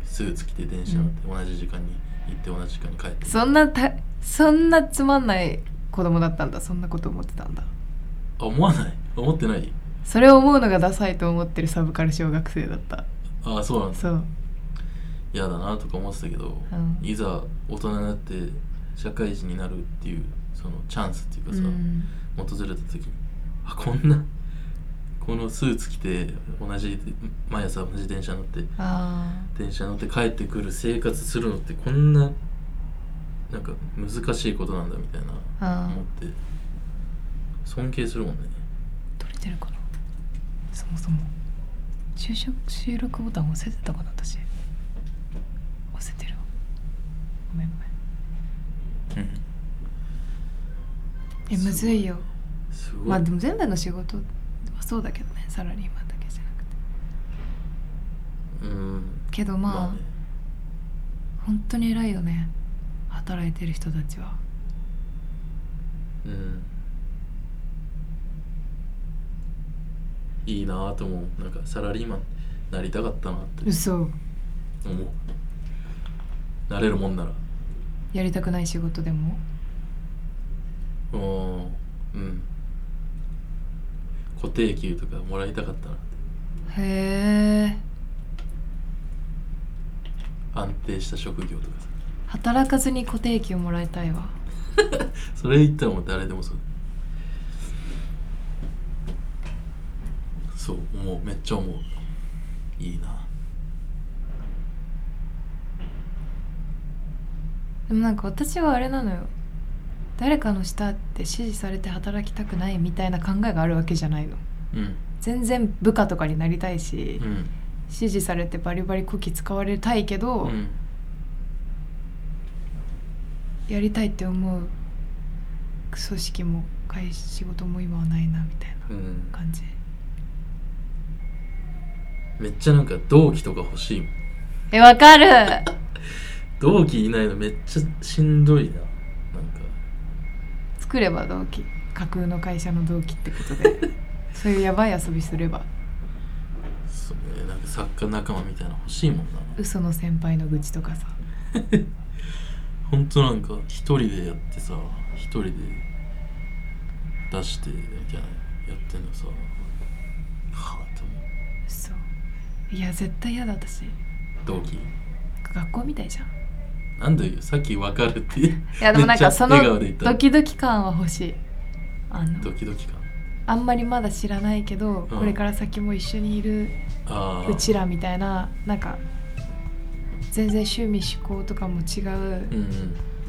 Speaker 2: スーツ着て電車乗って同じ時間に行って同じ時間に帰って
Speaker 1: そんなたそんなつまんない子供だったんだそんなこと思ってたんだ
Speaker 2: あ思わない思ってない
Speaker 1: それを思うのがダサいと思ってるサブカル小学生だった
Speaker 2: ああそうなんだ
Speaker 1: そう
Speaker 2: 嫌だなとか思ってたけど、
Speaker 1: うん
Speaker 2: いざ大人になって社会人になるっていうそのチャンスっていうかさ、
Speaker 1: うん
Speaker 2: 訪れた時にあこんなこのスーツ着て同じ毎朝同じ電車乗って
Speaker 1: あ
Speaker 2: 電車乗って帰ってくる生活するのってこんななんか難しいことなんだみたい
Speaker 1: ー
Speaker 2: な
Speaker 1: あ
Speaker 2: 思って尊敬するもんね
Speaker 1: ー取れてるかなそもそも就職収録ボタン押せてたかな私押せてるわごめんごめんえむずいよ
Speaker 2: すごい、
Speaker 1: まあでも全部の仕事はそうだけどねサラリーマンだけじゃなくて
Speaker 2: うん
Speaker 1: けどまあ、
Speaker 2: ね
Speaker 1: 本当に偉いよねあ働いてる人たちは
Speaker 2: うんいいなぁと思うなんかサラリーマンなりたかったなって
Speaker 1: 嘘
Speaker 2: 思うなれるもんなら
Speaker 1: やりたくない仕事でも
Speaker 2: うんうん固定給とかもらいたかったなって
Speaker 1: へえ
Speaker 2: 安定した職業とかさ
Speaker 1: 働かずに固定給もらいたいわ
Speaker 2: それ言ったらもう誰でもそうそう思うめっちゃ思ういいな
Speaker 1: でもなんか私はあれなのよ誰かの下って指示されて働きたくないみたいな考えがあるわけじゃないの
Speaker 2: うん
Speaker 1: 全然部下とかになりたいし、
Speaker 2: うん
Speaker 1: 指示されてバリバリこき使われたいけど、
Speaker 2: うん
Speaker 1: やりたいって思う組織も会仕事も今はないなみたいな
Speaker 2: うん
Speaker 1: 感じ
Speaker 2: めっちゃなんか同期とか欲しいもん
Speaker 1: えわかる
Speaker 2: 同期いないのめっちゃしんどいななんか
Speaker 1: 作れば同期架空の会社の同期ってこと でそういうやばい遊びすれば
Speaker 2: そうねなんか作家仲間みたいなの欲しいもんな
Speaker 1: 嘘の先輩の愚痴とかさ
Speaker 2: ほんとなんか一人でやってさ一人で出してみたいなやってんのさはあと思
Speaker 1: 嘘いや絶対嫌だ私
Speaker 2: う同期
Speaker 1: 学校みたいじゃん
Speaker 2: なんだよさっき分かるって い
Speaker 1: いやでもなんかその
Speaker 2: めっちゃ笑顔で言った
Speaker 1: ドキドキ感は欲しいあの
Speaker 2: ドキドキ感
Speaker 1: あんまりまだ知らないけど、
Speaker 2: うん
Speaker 1: これから先も一緒にいる
Speaker 2: ああ
Speaker 1: うちらみたいななんか全然趣味嗜好とかも違
Speaker 2: う
Speaker 1: うん
Speaker 2: うん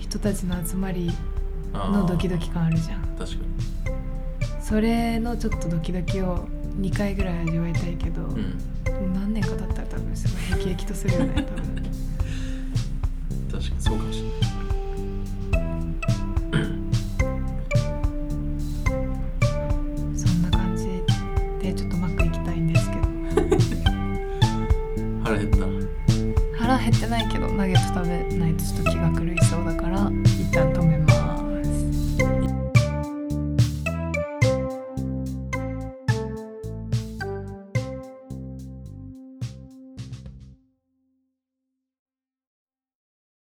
Speaker 1: 人たちの集まり
Speaker 2: あー
Speaker 1: のドキドキ感あるじゃん
Speaker 2: 確か
Speaker 1: それのちょっとドキドキを2回ぐらい味わいたいけど、
Speaker 2: にうん
Speaker 1: 何年か経ったら多分すごいヘキヘキとするよね多分
Speaker 2: 確かにそうかもしれない
Speaker 1: そんな感じでちょっとマック行きたいんですけど
Speaker 2: 腹減ったな
Speaker 1: 腹減ってないけどナゲット食べないとちょっと気が狂いそうだから一旦止め